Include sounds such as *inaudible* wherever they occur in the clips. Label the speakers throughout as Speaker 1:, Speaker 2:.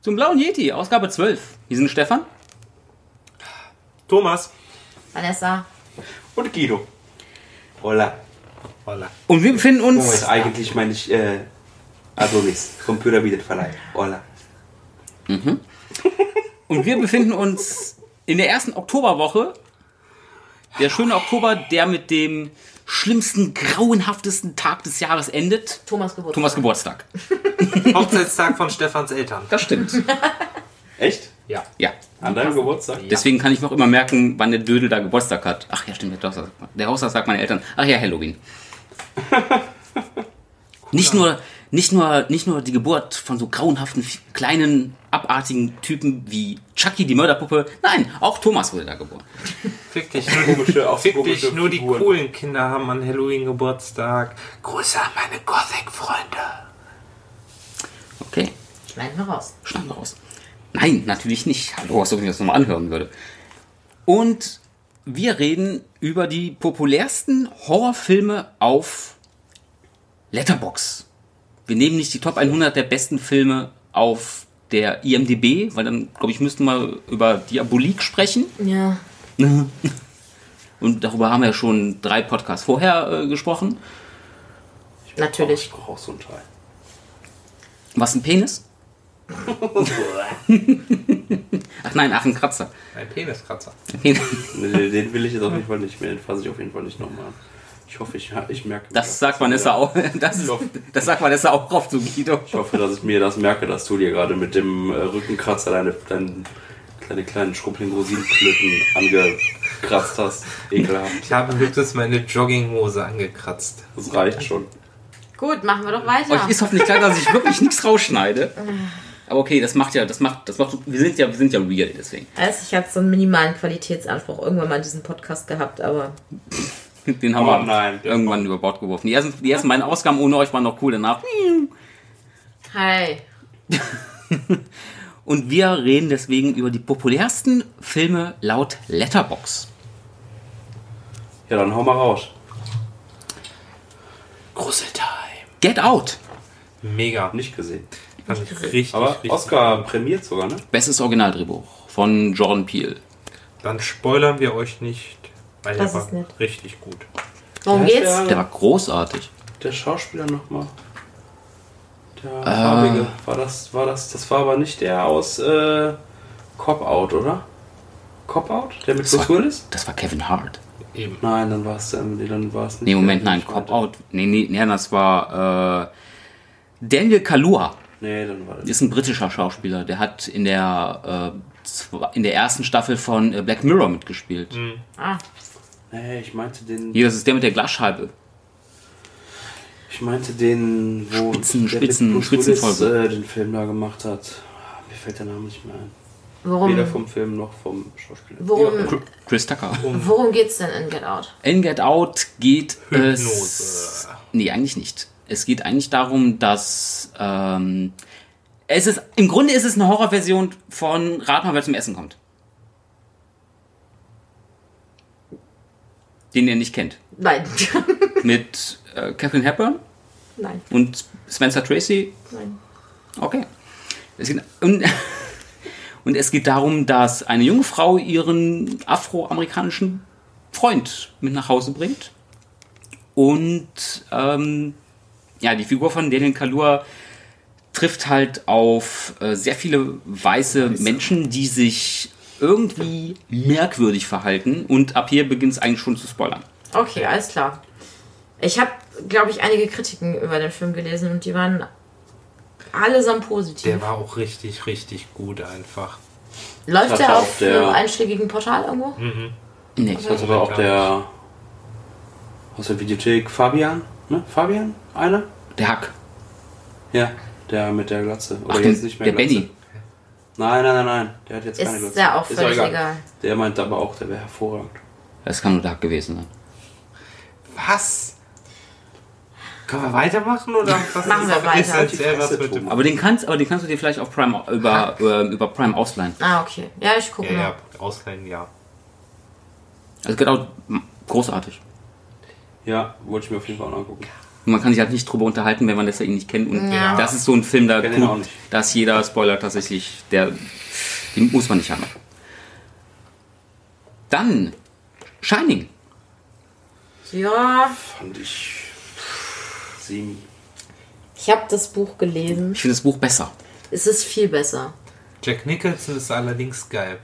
Speaker 1: Zum Blauen Yeti, Ausgabe 12. Hier sind Stefan.
Speaker 2: Thomas
Speaker 3: Vanessa.
Speaker 2: und Guido. Hola.
Speaker 4: Hola.
Speaker 1: Und wir befinden
Speaker 2: Das
Speaker 1: uns.
Speaker 2: ist eigentlich meine ich, äh, Adonis vom Pyramidverleih. Hola.
Speaker 1: Und wir befinden uns in der ersten Oktoberwoche. Der schöne Oktober, der mit dem schlimmsten, grauenhaftesten Tag des Jahres endet.
Speaker 3: Thomas Geburtstag.
Speaker 1: Thomas Geburtstag.
Speaker 4: Hochzeitstag von Stefans Eltern.
Speaker 1: Das stimmt.
Speaker 2: Echt?
Speaker 4: Ja.
Speaker 1: Ja.
Speaker 2: An deinem Geburtstag?
Speaker 1: Deswegen kann ich noch immer merken, wann der Dödel da Geburtstag hat. Ach ja, stimmt, der Hausarzt, der Hausarzt sagt meine Eltern. Ach ja, Halloween. nicht, nur, nicht, nur, nicht nur die Geburt von so grauenhaften, f- kleinen, abartigen Typen wie Chucky, die Mörderpuppe. Nein, auch Thomas wurde da geboren.
Speaker 4: Fick dich.
Speaker 2: *laughs* Komische, auch
Speaker 4: Fick
Speaker 2: komische
Speaker 4: dich. Nur die
Speaker 2: Figuren.
Speaker 4: coolen Kinder haben an Halloween Geburtstag. Grüße an meine Gothic-Freunde.
Speaker 1: Okay,
Speaker 3: Schneiden wir raus.
Speaker 1: schneiden wir raus. Nein, natürlich nicht. Hallo, was ob ich mir das nochmal anhören würde. Und wir reden über die populärsten Horrorfilme auf Letterbox. Wir nehmen nicht die Top 100 der besten Filme auf der IMDb, weil dann, glaube ich, müssten wir über Diabolik sprechen.
Speaker 3: Ja.
Speaker 1: Und darüber haben wir ja schon drei Podcasts vorher äh, gesprochen.
Speaker 3: Natürlich.
Speaker 2: Ich brauche auch so einen Teil.
Speaker 1: Was ein Penis? Ach nein, ach ein Kratzer.
Speaker 4: Ein Peniskratzer.
Speaker 1: Ein Penis.
Speaker 2: Nee, Den will ich jetzt auf jeden Fall nicht mehr. Den fasse ich auf jeden Fall nicht nochmal an. Ich hoffe, ich, ich merke mir
Speaker 1: Das sagt Vanessa auch. *laughs* Das, ist, das sagt Vanessa auch drauf zu Guido.
Speaker 2: Ich hoffe, dass ich mir das merke, dass du dir gerade mit dem äh, Rückenkratzer deine, deine, deine kleinen schrumpeligen Rosinenklöten angekratzt hast. Ekelhaft.
Speaker 4: Ich habe höchstens meine Jogginghose angekratzt.
Speaker 2: Das reicht schon.
Speaker 3: Gut, machen wir doch weiter.
Speaker 1: Euch ist hoffentlich klar, dass Oh, ich wirklich nichts rausschneide. Aber okay, das macht ja, das macht, das macht, wir sind ja, wir sind ja real, deswegen.
Speaker 3: Also ich habe so einen minimalen Qualitätsanspruch irgendwann mal in diesem Podcast gehabt, aber
Speaker 1: Den haben
Speaker 2: Oh
Speaker 1: wir
Speaker 2: nein.
Speaker 1: irgendwann über Bord geworfen. Die ersten, die ersten meinen Ausgaben ohne euch waren noch cool danach.
Speaker 3: hi.
Speaker 1: Und wir reden deswegen über die populärsten Filme laut Letterbox.
Speaker 2: Ja, dann hau mal raus.
Speaker 4: Gruseltime.
Speaker 1: Get Out,
Speaker 4: Mega.
Speaker 2: Nicht gesehen.
Speaker 4: Fand ich richtig,
Speaker 2: Aber
Speaker 4: richtig.
Speaker 2: Oscar prämiert sogar, ne?
Speaker 1: bestes Originaldrehbuch von Jordan Peele.
Speaker 4: Dann spoilern wir euch nicht, weil
Speaker 3: Das
Speaker 4: der
Speaker 3: ist
Speaker 4: war
Speaker 3: nett.
Speaker 4: richtig gut.
Speaker 3: Worum
Speaker 2: Heißt
Speaker 3: geht's?
Speaker 1: Der war großartig.
Speaker 2: Der Schauspieler nochmal. Der
Speaker 1: Ah.
Speaker 2: farbige. War das, war das, das war aber nicht der aus äh, Cop Out, oder? Cop Out? Der mit Bruce Willis?
Speaker 1: Das war Kevin Hart.
Speaker 4: Eben.
Speaker 2: Nein, dann war es der Emily, dann war es nicht.
Speaker 1: Nee, Moment,
Speaker 2: der,
Speaker 1: nein,
Speaker 2: ich meinte.
Speaker 1: Cop-Out. Nee, nee, nee, das war äh, Daniel Kalua.
Speaker 2: Nee, dann war das.
Speaker 1: ist ein britischer Schauspieler. Der hat in der, äh, zw- in der ersten Staffel von äh, Black Mirror mitgespielt.
Speaker 3: Ah,
Speaker 2: Nee, ich meinte den.
Speaker 1: Hier, das ist der mit der Glasscheibe.
Speaker 2: Ich meinte den, wo
Speaker 1: Spitzen-
Speaker 2: der mit
Speaker 1: Spitzen-
Speaker 2: Bruce Willis,
Speaker 1: Spitzenfolge.
Speaker 2: äh, den Film da gemacht hat. Ah, Mir fällt der Name nicht mehr ein. Weder
Speaker 3: worum,
Speaker 2: vom Film noch vom Schauspieler.
Speaker 3: worum,
Speaker 1: Chris Tucker.
Speaker 3: *laughs* worum geht's denn in Get Out?
Speaker 1: In Get Out geht es.
Speaker 4: Hypnose.
Speaker 1: Nee, eigentlich nicht. Es geht eigentlich darum, dass. Ähm, es ist, Im Grunde ist es eine Horrorversion von Rat mal, wer zum Essen kommt. Den ihr nicht kennt.
Speaker 3: *laughs* Nein.
Speaker 1: Mit äh, Catherine Hepburn
Speaker 3: Nein,
Speaker 1: und Spencer Tracy
Speaker 3: nein.
Speaker 1: Okay. Es geht, und, *laughs* und es geht darum, dass eine junge Frau ihren afroamerikanischen Freund mit nach Hause bringt. Und ähm, ja, die Figur von Daniel Kalua trifft halt auf äh, sehr viele weiße Menschen, die sich irgendwie merkwürdig verhalten. Und ab hier beginnt es eigentlich schon zu spoilern.
Speaker 3: Okay, alles klar. Ich habe, glaube ich, einige Kritiken über den Film gelesen und die waren allesamt
Speaker 4: Der
Speaker 3: positiv.
Speaker 4: war auch richtig, richtig gut einfach.
Speaker 3: Läuft
Speaker 2: Das
Speaker 3: der
Speaker 2: war
Speaker 3: auf
Speaker 2: auch der-
Speaker 3: einem einschlägigen Portal irgendwo?
Speaker 1: Nee,
Speaker 2: Das war auch der aus der Videothek Fabian, ne? Fabian? Einer?
Speaker 1: der Hack.
Speaker 2: Ja, der mit der Glatze. Oder
Speaker 1: Ach,
Speaker 2: jetzt
Speaker 1: den,
Speaker 2: nicht
Speaker 1: der
Speaker 2: mehr Glatze.
Speaker 1: Benny.
Speaker 2: Nein, nein, nein, nein. Der hat jetzt keine Glatze.
Speaker 3: Ist ja auch
Speaker 2: doch
Speaker 3: völlig egal.
Speaker 2: Der meint aber auch, der wäre hervorragend.
Speaker 1: Das kann nur der Hack gewesen sein.
Speaker 4: Was? Können wir weitermachen oder
Speaker 3: *laughs*
Speaker 4: was
Speaker 3: Machen wir weiter.
Speaker 4: Ist als er was
Speaker 2: Fresse,
Speaker 4: mit dem
Speaker 2: Thomas.
Speaker 1: Aber den kannst, aber den kannst du dir vielleicht auf Prime über, ähm, über Prime ausleihen.
Speaker 3: Ah, okay. Ja, ich gucke
Speaker 4: ja,
Speaker 3: mal.
Speaker 4: ja, ausleihen, ja.
Speaker 1: Also genau, m- großartig.
Speaker 2: Ja, wollte ich mir auf jeden Fall auch angucken.
Speaker 1: Und man kann sich halt nicht drüber unterhalten, wenn man das ja ihn nicht kennt. Und
Speaker 3: Ja.
Speaker 1: das ist so ein Film, da
Speaker 2: Kenn ihn auch
Speaker 1: gut,
Speaker 2: nicht.
Speaker 1: dass jeder Spoiler tatsächlich, der, den muss man nicht haben. Dann Shining.
Speaker 3: Ja,
Speaker 2: Fand ich. Semi.
Speaker 3: ich habe das Buch gelesen.
Speaker 1: Ich finde das Buch besser.
Speaker 3: Es ist viel besser.
Speaker 4: Jack Nicholson ist allerdings geil.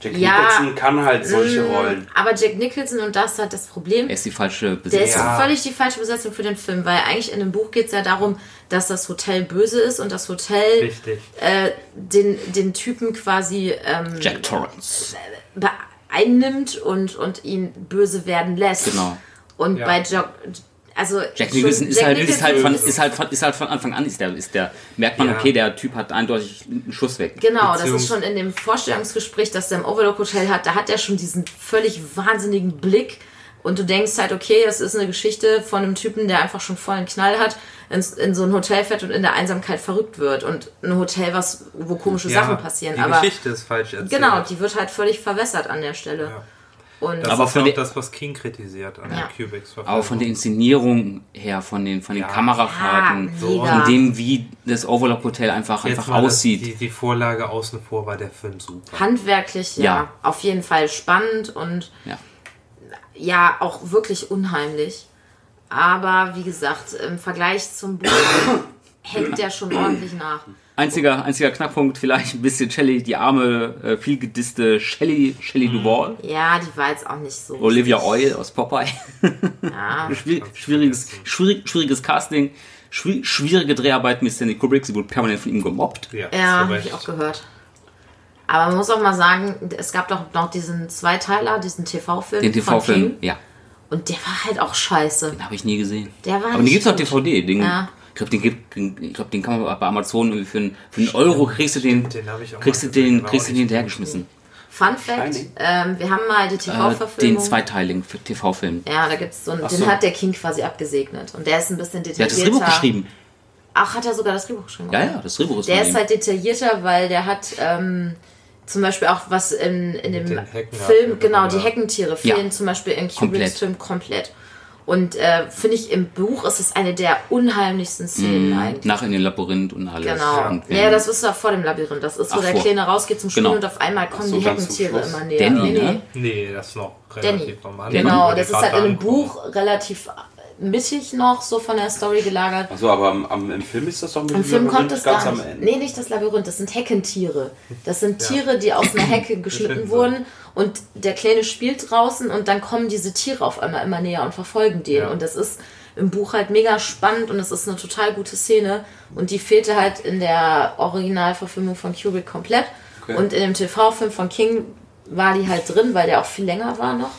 Speaker 2: Jack
Speaker 3: Ja. Mm.
Speaker 2: Nicholson kann halt solche Rollen.
Speaker 3: Aber Jack Nicholson und das hat das Problem.
Speaker 1: Er ist die falsche
Speaker 3: Der ist
Speaker 1: Besetzung.
Speaker 4: Ja.
Speaker 3: völlig die falsche Besetzung für den Film, weil eigentlich in dem Buch geht es ja darum, dass das Hotel böse ist und das Hotel
Speaker 4: Richtig.
Speaker 3: äh, den, den Typen quasi ähm,
Speaker 1: Jack Torrance.
Speaker 3: be- einnimmt und, und ihn böse werden lässt.
Speaker 1: Genau.
Speaker 3: Und
Speaker 4: Ja.
Speaker 3: bei Jock. Also
Speaker 1: Jack Nicholson ist
Speaker 3: Jack
Speaker 1: halt, ist, halt von,
Speaker 3: Nicholson
Speaker 1: ist, halt von, ist halt von Anfang an, ist der, ist der merkt man,
Speaker 4: Ja.
Speaker 1: okay, der Typ hat eindeutig einen Schuss weg.
Speaker 3: Genau, das
Speaker 4: Beziehungs-
Speaker 3: ist schon in dem Vorstellungsgespräch, das er im Overlook Hotel hat, da hat er schon diesen völlig wahnsinnigen Blick und du denkst halt, okay, das ist eine Geschichte von einem Typen, der einfach schon vollen Knall hat, ins, in so ein Hotel fährt und in der Einsamkeit verrückt wird und ein Hotel, was, wo komische Sachen passieren,
Speaker 4: die
Speaker 3: aber
Speaker 4: Geschichte ist falsch erzählt.
Speaker 3: genau, die wird halt völlig verwässert an der Stelle.
Speaker 4: Ja.
Speaker 3: Und
Speaker 4: Das
Speaker 1: Aber
Speaker 4: aber ist
Speaker 1: von
Speaker 4: ja auch
Speaker 1: der-
Speaker 4: das, was King kritisiert an
Speaker 3: Ja.
Speaker 4: der Cubics.
Speaker 1: Aber von der Inszenierung her, von den, von den Kamerafahrten,
Speaker 3: Ah,
Speaker 1: von
Speaker 3: mega.
Speaker 1: dem, wie das Overlock Hotel einfach,
Speaker 4: Jetzt
Speaker 1: einfach
Speaker 4: mal das-
Speaker 1: aussieht.
Speaker 4: Die, die Vorlage außen vor war der Film super.
Speaker 3: handwerklich, ja,
Speaker 1: Ja.
Speaker 3: auf jeden Fall spannend und
Speaker 1: Ja.
Speaker 3: ja, auch wirklich unheimlich. Aber wie gesagt, im Vergleich
Speaker 1: *coughs*
Speaker 3: zum Buch hängt der schon ordentlich nach.
Speaker 1: Einziger, einziger Knackpunkt, vielleicht ein bisschen Shelley, die arme, äh, viel gedisste Shelley, Shelley
Speaker 3: Mhm.
Speaker 1: Duvall.
Speaker 3: Ja, die war jetzt auch nicht so.
Speaker 1: Olivia Oil aus Popeye. *laughs*
Speaker 3: Ja.
Speaker 1: Schwier schwieriges, schwierig, schwieriges Casting, schwi- schwierige Dreharbeit mit Stanley Kubrick. Sie wurde permanent von ihm gemobbt.
Speaker 4: Ja,
Speaker 3: Ja,
Speaker 4: zu
Speaker 3: habe
Speaker 4: Recht.
Speaker 3: ich auch gehört. Aber man muss auch mal sagen, es gab doch noch diesen Zweiteiler, diesen TV-Film.
Speaker 1: Den
Speaker 3: von
Speaker 1: TV-Film,
Speaker 3: King.
Speaker 1: ja,
Speaker 3: Und der war halt auch scheiße.
Speaker 1: den habe ich nie gesehen.
Speaker 3: Der war
Speaker 1: Aber den
Speaker 3: nicht
Speaker 1: gibt's auf
Speaker 3: gut.
Speaker 1: DVD. Den,
Speaker 3: Ja.
Speaker 1: Ich glaube, den, gibt- den- ich glaub, den kann man bei Amazon irgendwie für einen, für einen Euro kriegst du den,
Speaker 4: den hab ich auch
Speaker 1: kriegst du
Speaker 4: mal gesehen,
Speaker 1: den,
Speaker 4: war
Speaker 1: kriegst
Speaker 4: auch
Speaker 1: du
Speaker 4: nicht
Speaker 1: den hinterhergeschmissen.
Speaker 3: Fun Fact:
Speaker 2: Shining.
Speaker 3: ähm, Wir haben mal die
Speaker 1: Äh,
Speaker 3: TV-Verfilmung.
Speaker 1: den zweiteiling für TV-Film.
Speaker 3: ja, da gibt's so einen,
Speaker 1: so.
Speaker 3: den hat der King quasi abgesegnet. Und der ist ein bisschen
Speaker 1: Der hat
Speaker 3: detaillierter.
Speaker 1: das Drehbuch geschrieben.
Speaker 3: Ach, hat er sogar das Drehbuch geschrieben?
Speaker 1: Ja,
Speaker 3: okay.
Speaker 1: ja, das Drehbuch ist
Speaker 3: Der
Speaker 1: von
Speaker 3: ist
Speaker 1: ihm.
Speaker 3: halt detaillierter, weil der hat ähm, zum Beispiel auch was in, in dem
Speaker 4: den Hecken
Speaker 3: Film,
Speaker 4: hat er
Speaker 3: genau,
Speaker 4: wieder-
Speaker 3: die Heckentiere
Speaker 1: Ja.
Speaker 3: fehlen zum Beispiel in
Speaker 1: Komplett.
Speaker 3: Kubricks Film komplett. Und äh, finde ich, im Buch ist es eine der unheimlichsten Szenen
Speaker 1: Mm,
Speaker 3: eigentlich.
Speaker 1: Nach in den Labyrinth und alles.
Speaker 3: halt Genau.
Speaker 1: Und
Speaker 3: Ja, das ist doch vor dem Labyrinth. Das ist, wo
Speaker 1: Ach,
Speaker 3: der
Speaker 1: vor.
Speaker 3: Kleine rausgeht zum Spielen
Speaker 1: Genau.
Speaker 3: und auf einmal kommen
Speaker 2: so,
Speaker 3: die
Speaker 2: ganz zum
Speaker 3: Heckentiere
Speaker 2: Schluss.
Speaker 3: immer näher.
Speaker 1: Danny, ne?
Speaker 4: Nee, das ist noch relativ
Speaker 3: Danny.
Speaker 4: normal.
Speaker 3: Genau,
Speaker 4: Wenn
Speaker 3: das
Speaker 4: die
Speaker 3: ist halt in
Speaker 4: gerade
Speaker 3: einem
Speaker 4: ankommen.
Speaker 3: Buch relativ mittig noch, so von der Story gelagert.
Speaker 2: Achso, aber am, am, im Film ist das doch mit
Speaker 3: Im
Speaker 2: dem
Speaker 3: Film
Speaker 2: Labyrinth
Speaker 3: kommt es
Speaker 2: ganz
Speaker 3: gar
Speaker 2: am
Speaker 3: nicht.
Speaker 2: Ende.
Speaker 3: Nee, nicht das Labyrinth, das sind Heckentiere. Das sind Tiere, die
Speaker 2: *clears throat*
Speaker 3: aus einer Hecke geschnitten
Speaker 4: Geschnitten
Speaker 3: wurden und der Kleine spielt draußen und dann kommen diese Tiere auf einmal immer näher und verfolgen den.
Speaker 4: Ja.
Speaker 3: Und das ist im Buch halt mega spannend und es ist eine total gute Szene und die fehlte halt in der Originalverfilmung von Kubrick komplett.
Speaker 2: Okay.
Speaker 3: Und in dem TV-Film von King war die halt drin, weil der auch viel länger war noch.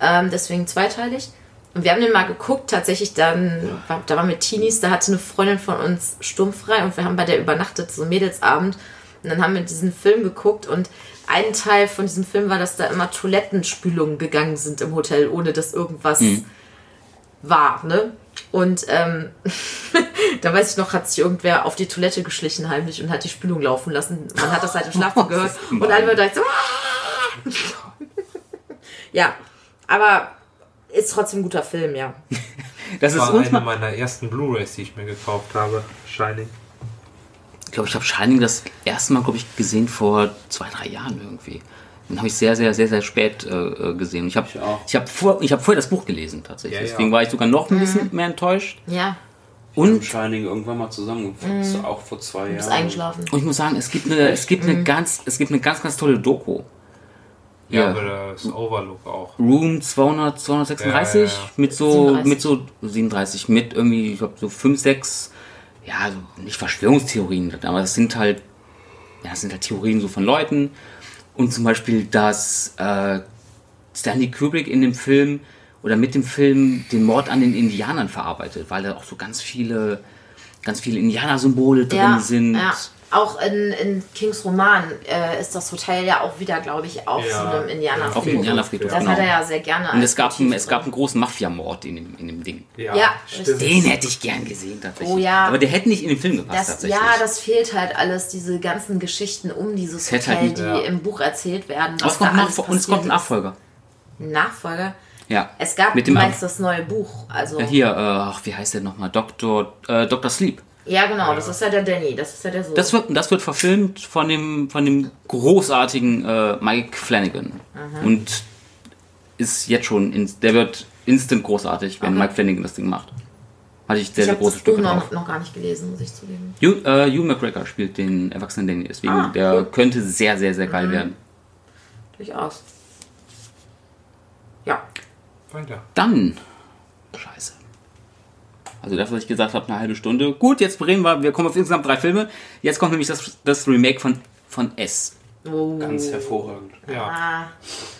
Speaker 3: Ähm, deswegen zweiteilig. Und wir haben den mal geguckt, tatsächlich dann, war- da waren wir Teenies, da hatte eine Freundin von uns sturmfrei und wir haben bei der übernachtet, so Mädelsabend. Und dann haben wir diesen Film geguckt und ein Teil von diesem Film war, dass da immer Toilettenspülungen gegangen sind im Hotel, ohne dass irgendwas war, ne? Und ähm, da weiß ich noch, hat sich irgendwer auf die Toilette geschlichen heimlich und hat die Spülung laufen lassen. Man hat das halt im
Speaker 1: *laughs* Oh,
Speaker 3: Schlaf gehört und alle waren da so, *laughs* ja, aber ist trotzdem ein guter Film, ja.
Speaker 1: das
Speaker 4: Das
Speaker 1: ist
Speaker 4: war
Speaker 1: uns
Speaker 4: eine
Speaker 1: mal.
Speaker 4: meiner ersten Blu-Rays, die ich mir gekauft habe. Shining.
Speaker 1: Ich glaube, ich habe Shining das erste Mal, glaube ich, gesehen vor zwei, drei Jahren irgendwie. Den habe ich sehr, sehr, sehr, sehr spät äh, äh, gesehen. Und Ich habe
Speaker 2: Ich auch.
Speaker 1: ich hab vor, ich hab vorher das Buch gelesen tatsächlich.
Speaker 4: Ja, ja.
Speaker 1: Deswegen war ich sogar
Speaker 3: Mhm.
Speaker 1: noch ein bisschen mehr enttäuscht.
Speaker 3: Ja,
Speaker 2: Und
Speaker 1: Und,
Speaker 2: Shining irgendwann mal zusammen,
Speaker 3: Mm.
Speaker 2: auch vor zwei
Speaker 3: ist
Speaker 2: Jahren.
Speaker 3: eingeschlafen.
Speaker 1: und ich muss sagen, es gibt eine, es gibt
Speaker 3: Mhm.
Speaker 1: eine ganz, es gibt eine ganz, ganz tolle Doku.
Speaker 4: Ja,
Speaker 1: Ja.
Speaker 4: aber das Overlook auch.
Speaker 1: Room 200, 236
Speaker 4: Ja, ja, ja.
Speaker 1: mit so
Speaker 3: 37.
Speaker 1: mit so 37 mit irgendwie ich glaube so 5 6 ja so nicht Verschwörungstheorien aber das sind halt ja das sind halt Theorien so von Leuten und zum Beispiel dass äh, Stanley Kubrick in dem Film oder mit dem Film den Mord an den Indianern verarbeitet weil da auch so ganz viele ganz viele Indianer Symbole drin
Speaker 3: Ja,
Speaker 1: sind
Speaker 3: ja. Auch in, in Kings Roman äh, ist das Hotel ja auch wieder, glaube ich, auf
Speaker 4: Ja.
Speaker 3: so einem Indianerfriedhof.
Speaker 1: auf dem Indianerfriedhof
Speaker 3: Das
Speaker 1: genau
Speaker 3: hat er ja sehr gerne.
Speaker 1: und
Speaker 3: als
Speaker 1: es gab
Speaker 3: Motiv
Speaker 1: einen, es
Speaker 3: drin.
Speaker 1: gab einen großen Mafia-Mord in dem, in dem Ding
Speaker 3: Ja, richtig.
Speaker 1: Den hätte ich gern gesehen, tatsächlich.
Speaker 3: Oh ja.
Speaker 1: Aber der hätte nicht in den Film gepasst,
Speaker 3: Das,
Speaker 1: tatsächlich.
Speaker 3: ja, das fehlt halt alles, diese ganzen Geschichten um dieses
Speaker 1: Es hätte
Speaker 3: Hotel,
Speaker 1: halt nicht-
Speaker 3: die
Speaker 4: Ja.
Speaker 3: im Buch erzählt werden.
Speaker 1: Aber
Speaker 3: Was
Speaker 1: es kommt
Speaker 3: da
Speaker 1: ein
Speaker 3: alles
Speaker 1: Nachfol- und es kommt ein
Speaker 3: passiert ist.
Speaker 1: Nachfolger.
Speaker 3: Nachfolger.
Speaker 1: Ja.
Speaker 3: Es gab
Speaker 1: Mit dem
Speaker 3: meist das neue Buch. Also,
Speaker 1: Ja,
Speaker 3: ja,
Speaker 1: Hier, äh, ach, wie heißt der nochmal? Dr. Äh, Dr. Sleep.
Speaker 3: genau, das ist ja der Danny. Das ist ja der Sohn.
Speaker 1: Das wird, das wird verfilmt von dem, von dem großartigen äh, Mike Flanagan. Und ist jetzt schon, in, der wird instant großartig, wenn
Speaker 3: Okay.
Speaker 1: Mike Flanagan das Ding macht. Hatte ich sehr,
Speaker 3: ich
Speaker 1: sehr
Speaker 3: habe
Speaker 1: große
Speaker 3: das Buch
Speaker 1: Stücke drauf.
Speaker 3: noch, noch gar nicht gelesen, muss ich zugeben.
Speaker 1: Hugh, äh, Hugh McGregor spielt den erwachsenen Danny, deswegen
Speaker 3: Ah,
Speaker 1: der
Speaker 3: cool. Mhm.
Speaker 1: könnte sehr, sehr, sehr geil werden.
Speaker 3: Durchaus. Ja.
Speaker 4: Weiter.
Speaker 1: Dann. Scheiße. Also das, was ich gesagt habe, eine halbe Stunde. Gut, jetzt reden wir, wir kommen auf insgesamt drei Filme. Jetzt kommt nämlich das, das Remake von, von S.
Speaker 3: Oh.
Speaker 2: Ganz hervorragend.
Speaker 4: Ja.
Speaker 3: Ah,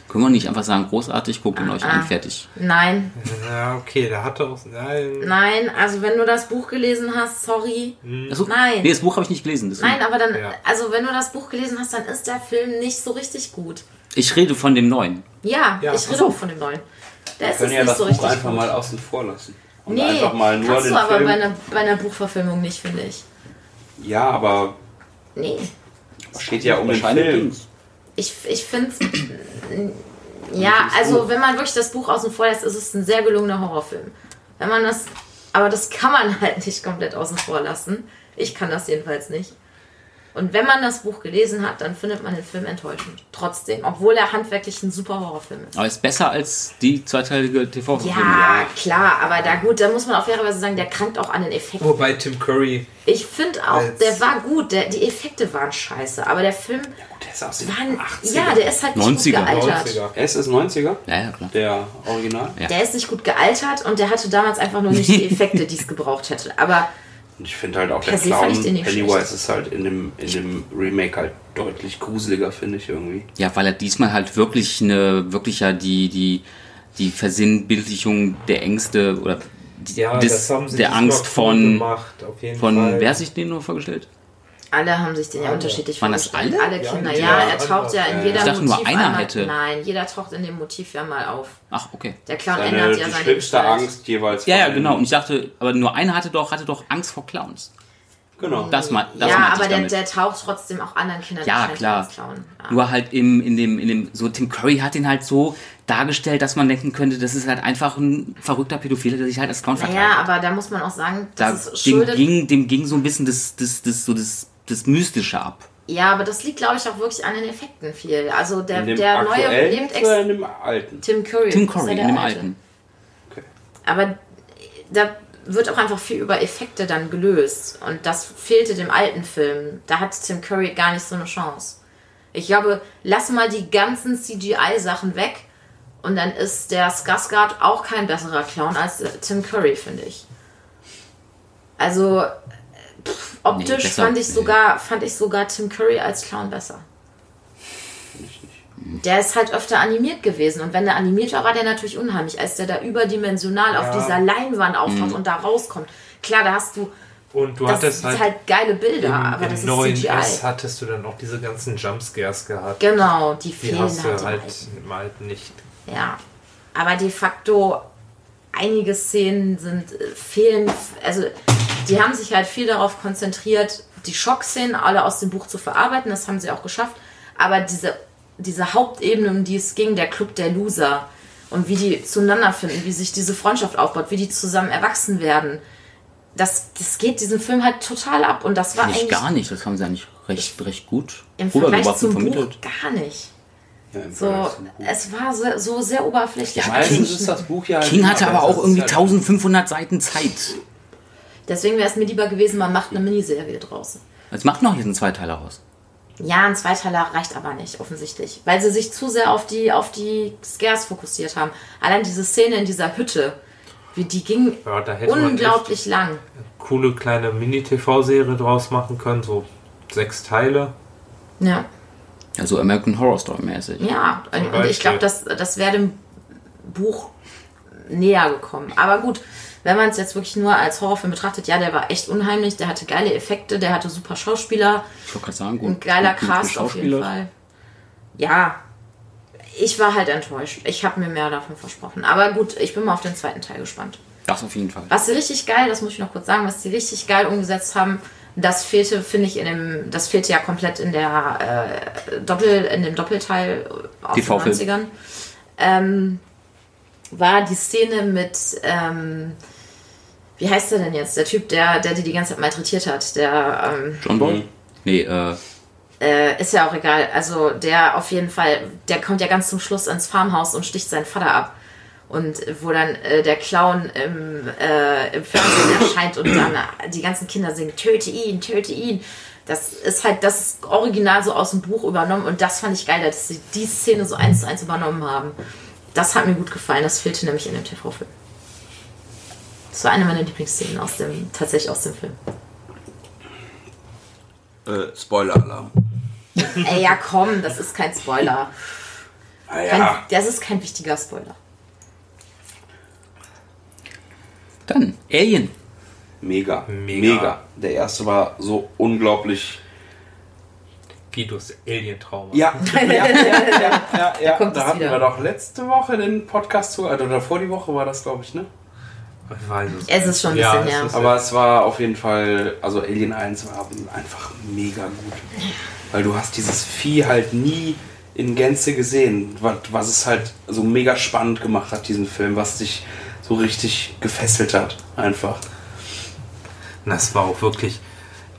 Speaker 1: Können wir nicht einfach sagen, großartig, guckt ihn euch an, fertig.
Speaker 3: nein,
Speaker 4: Ja, okay, da hat er auch. Nein.
Speaker 3: nein, also wenn du das Buch gelesen hast, sorry.
Speaker 2: Hm.
Speaker 1: Achso,
Speaker 3: Nein.
Speaker 1: Nee, das Buch habe ich nicht gelesen. deswegen-
Speaker 3: Nein, aber dann,
Speaker 4: Ja.
Speaker 3: also wenn du das Buch gelesen hast, dann ist der Film nicht so richtig gut.
Speaker 1: Ich rede von dem neuen.
Speaker 3: Ja,
Speaker 4: Ja.
Speaker 3: ich rede auch von dem neuen. Der ist
Speaker 2: Können
Speaker 3: jetzt
Speaker 2: ja
Speaker 3: nicht
Speaker 2: das
Speaker 3: so
Speaker 2: Buch
Speaker 3: richtig
Speaker 2: einfach
Speaker 3: gut.
Speaker 2: mal außen vor lassen. Und
Speaker 3: nee,
Speaker 2: einfach mal nur
Speaker 3: kannst
Speaker 2: den
Speaker 3: du aber
Speaker 2: Film.
Speaker 3: bei einer, bei einer Buchverfilmung nicht, finde ich.
Speaker 2: ja, aber
Speaker 3: Nee,
Speaker 2: es geht ja um den
Speaker 1: Wahrscheinlich
Speaker 2: Film.
Speaker 1: ging's.
Speaker 3: ich, ich finde es... ja, also wenn man wirklich das Buch außen vor lässt, ist es ein sehr gelungener Horrorfilm. Wenn man das... Aber das kann man *laughs* halt nicht komplett außen vor lassen. Ich kann das jedenfalls nicht. Und wenn man das Buch gelesen hat, dann findet man den Film enttäuschend. Trotzdem, obwohl er handwerklich ein super Horrorfilm ist.
Speaker 1: Aber ist besser als die zweiteilige TV-Verfilmung.
Speaker 3: Ja, klar, aber da gut, da muss man auf fairerweise sagen, der krankt auch an den Effekten.
Speaker 4: Wobei Tim Curry.
Speaker 3: Ich finde auch,
Speaker 4: Oh. Als-
Speaker 3: der war gut, der, die Effekte waren scheiße, aber der Film
Speaker 2: Der ist aus den
Speaker 3: war, ein-
Speaker 2: 80er.
Speaker 3: ja, der ist halt nicht
Speaker 1: 90er,
Speaker 3: gut gealtert.
Speaker 4: 90er.
Speaker 2: Es ist 90er,
Speaker 1: Ja, ja, klar.
Speaker 2: der Original.
Speaker 1: Ja.
Speaker 3: Der ist nicht gut gealtert und der hatte damals einfach nur nicht die
Speaker 1: *laughs*
Speaker 3: Effekte, die es gebraucht hätte. Aber
Speaker 2: Und Ich finde halt auch der
Speaker 3: Per se fand
Speaker 2: Clown
Speaker 3: ich den nicht schlecht.
Speaker 2: Pennywise ist halt in dem, in dem Remake halt deutlich gruseliger, finde ich irgendwie.
Speaker 1: Ja, weil er diesmal halt wirklich eine, wirklich ja die, die, die Versinnbildlichung der Ängste oder die,
Speaker 4: Ja,
Speaker 1: des,
Speaker 4: das haben sie
Speaker 1: der
Speaker 4: diesmal
Speaker 1: Angst
Speaker 4: gut
Speaker 1: von,
Speaker 4: gemacht, auf jeden
Speaker 1: von
Speaker 4: Fall.
Speaker 1: wer hat sich den nur vorgestellt?
Speaker 3: alle haben sich den ja unterschiedlich
Speaker 1: Waren das
Speaker 3: vorgestellt.
Speaker 1: alle?
Speaker 3: Alle Kinder,
Speaker 4: Ja,
Speaker 3: ja,
Speaker 4: ja,
Speaker 3: er taucht ja in
Speaker 2: ja.
Speaker 3: jeder
Speaker 1: Ich dachte, nur
Speaker 3: Motiv
Speaker 1: einer
Speaker 3: einmal.
Speaker 1: hätte.
Speaker 3: Nein, jeder taucht in dem Motiv ja mal auf.
Speaker 1: Ach, okay.
Speaker 3: Der Clown
Speaker 2: Seine,
Speaker 3: ändert ja
Speaker 2: die
Speaker 3: seine
Speaker 2: schlimmste
Speaker 3: Gestalt.
Speaker 2: Angst jeweils.
Speaker 1: Ja, ja,
Speaker 4: Ähm,
Speaker 2: von-
Speaker 1: genau. Und ich dachte, aber nur einer hatte doch, hatte doch Angst vor Clowns.
Speaker 2: Genau.
Speaker 1: Das mal, das
Speaker 3: ja,
Speaker 1: meinte
Speaker 3: aber
Speaker 1: ich
Speaker 3: der,
Speaker 1: damit.
Speaker 3: der taucht trotzdem auch anderen Kindern
Speaker 1: ja,
Speaker 3: wahrscheinlich
Speaker 1: klar.
Speaker 3: als Clown. Ja.
Speaker 1: Nur halt im, in dem, in dem, so Tim Curry hat ihn halt so dargestellt, dass man denken könnte, das ist halt einfach ein verrückter Pädophiler, der sich halt als Clown verkleidet.
Speaker 3: Naja, aber da muss man auch sagen,
Speaker 1: da,
Speaker 3: das ist
Speaker 1: dem,
Speaker 3: schuldet.
Speaker 1: ging, dem ging so ein bisschen das, das, das, so das, das Mystische ab.
Speaker 3: Ja, aber das liegt, glaube ich, auch wirklich an den Effekten viel. Also der,
Speaker 2: In dem
Speaker 3: der neue
Speaker 2: aktuellen
Speaker 3: lebt
Speaker 2: oder in
Speaker 3: ex
Speaker 2: dem alten?
Speaker 3: Tim Curry.
Speaker 1: Tim
Speaker 3: das Äh, ist ja
Speaker 1: Curry in
Speaker 3: der
Speaker 1: dem
Speaker 3: Alte.
Speaker 1: alten.
Speaker 3: Aber da wird auch einfach viel über Effekte dann gelöst. Und das fehlte dem alten Film. Da hat Tim Curry gar nicht so eine Chance. Ich glaube, lass mal die ganzen CGI-Sachen weg und dann ist der Skarsgård auch kein besserer Clown als äh, Tim Curry, finde ich. Also äh, pff, optisch
Speaker 1: besser-
Speaker 3: fand ich
Speaker 1: nee.
Speaker 3: sogar fand ich sogar Tim Curry als Clown besser. Der ist halt öfter animiert gewesen und wenn der animiert war, war der natürlich unheimlich, als der da überdimensional auf
Speaker 4: Ja.
Speaker 3: dieser Leinwand auftaucht und da rauskommt. Klar, da hast du
Speaker 4: Und du
Speaker 3: das
Speaker 4: hattest
Speaker 3: sind
Speaker 4: halt,
Speaker 3: halt, geile Bilder,
Speaker 4: im,
Speaker 3: aber
Speaker 4: im
Speaker 3: das
Speaker 4: neuen
Speaker 3: ist CGI.
Speaker 4: S hattest du dann auch diese ganzen Jumpscares gehabt.
Speaker 3: Genau, die
Speaker 4: Die
Speaker 3: fehlen
Speaker 4: hast du
Speaker 3: halt. im
Speaker 4: halt
Speaker 3: alten.
Speaker 4: im alten nicht.
Speaker 3: Ja. Aber de facto einige Szenen sind äh, fehlen, also die haben sich halt viel darauf konzentriert, die Schockszenen alle aus dem Buch zu verarbeiten, das haben sie auch geschafft, aber diese diese Hauptebene, um die es ging, der Club der Loser und wie die zueinander finden, wie sich diese Freundschaft aufbaut, wie die zusammen erwachsen werden. Das, das geht diesem Film halt total ab und das war
Speaker 1: Nicht
Speaker 3: eigentlich
Speaker 1: gar nicht, das haben sie eigentlich recht, recht gut
Speaker 3: im Vergleich
Speaker 1: rübergebracht und
Speaker 3: zum
Speaker 1: vermittelt.
Speaker 3: Buch gar nicht.
Speaker 2: Ja, im
Speaker 3: So, äh,
Speaker 2: Vergleich zum Buch.
Speaker 3: es war so, so sehr oberflächlich.
Speaker 1: Ja,
Speaker 2: Meistens ist das Buch ja. halt
Speaker 1: King hatte
Speaker 2: immer
Speaker 1: aber
Speaker 2: besser.
Speaker 1: auch
Speaker 2: Das
Speaker 1: irgendwie
Speaker 2: ist halt-
Speaker 1: 1500 Seiten Zeit.
Speaker 3: Deswegen wäre es mir lieber gewesen, man macht eine Miniserie draußen.
Speaker 1: Jetzt macht noch jetzt einen Zweiteiler raus.
Speaker 3: Ja, ein Zweiteiler reicht aber nicht, offensichtlich. Weil sie sich zu sehr auf die, auf die Scares fokussiert haben. Allein diese Szene in dieser Hütte, wie die ging
Speaker 4: Ja, da hätte man echt
Speaker 3: unglaublich lang.
Speaker 4: coole kleine Mini-TV-Serie draus machen können, so sechs Teile.
Speaker 3: Ja,
Speaker 1: Also American Horror Story mäßig.
Speaker 3: ja. Und, und ich
Speaker 4: Beispiel.
Speaker 3: glaube, das, das wäre dem Buch näher gekommen. Aber gut, wenn man es jetzt wirklich nur als Horrorfilm betrachtet, ja, der war echt unheimlich, der hatte geile Effekte, der hatte super Schauspieler.
Speaker 1: Ich wollte gerade sagen, gut.
Speaker 3: Ein geiler
Speaker 1: gut, gut
Speaker 3: Cast auf jeden
Speaker 1: geschauspielert.
Speaker 3: Fall. Ja, ich war halt enttäuscht. Ich habe mir mehr davon versprochen. Aber gut, ich bin mal auf den zweiten Teil gespannt.
Speaker 1: Das auf jeden Fall.
Speaker 3: Was sie richtig geil, das muss ich noch kurz sagen, was sie richtig geil umgesetzt haben, das fehlte, finde ich, in dem, das fehlte ja komplett in der äh, Doppel, in dem Doppelteil aus den
Speaker 1: TV-Film.
Speaker 3: 90ern. Ähm, war die Szene mit, ähm, wie heißt der denn jetzt? Der Typ, der, der die die ganze Zeit malträtiert hat. Der ähm,
Speaker 1: John Boy? Nee, äh,
Speaker 3: äh, ist ja auch egal. Also der auf jeden Fall, der kommt ja ganz zum Schluss ins Farmhaus und sticht seinen Vater ab. Und wo dann äh, der Clown im, äh, im Fernsehen erscheint und dann äh, die ganzen Kinder singen, töte ihn, töte ihn. Das ist halt, das ist original so aus dem Buch übernommen und das fand ich geil, dass sie die Szene so eins zu eins übernommen haben. Das hat mir gut gefallen, das fehlte nämlich in dem TV-Film. Das war eine meiner Lieblingsszenen aus dem, tatsächlich aus dem Film.
Speaker 2: halt-
Speaker 5: Äh, Spoiler-Alarm.
Speaker 3: Ey, ja komm, das ist kein Spoiler. Kein,
Speaker 2: Naja,
Speaker 3: Das ist kein wichtiger Spoiler.
Speaker 1: dann Alien.
Speaker 2: mega,
Speaker 4: Mega.
Speaker 2: mega. Der erste war so unglaublich.
Speaker 4: Guidos Alien-Trauma.
Speaker 2: Ja, *laughs* ja, ja, ja, ja, ja. Da,
Speaker 3: kommt es
Speaker 2: hatten
Speaker 3: wieder.
Speaker 2: wir doch letzte Woche den Podcast zu, also oder vor die Woche war das, glaube ich, ne?
Speaker 4: Ich weiß es.
Speaker 3: Es ist schon ein bisschen her.
Speaker 4: es ist-
Speaker 2: Aber es war auf jeden Fall, also Alien 1 war einfach mega gut. Weil du hast dieses Vieh halt nie in Gänze gesehen, was, was es halt so mega spannend gemacht hat, diesen Film, was dich so richtig gefesselt hat, einfach.
Speaker 4: Das war auch wirklich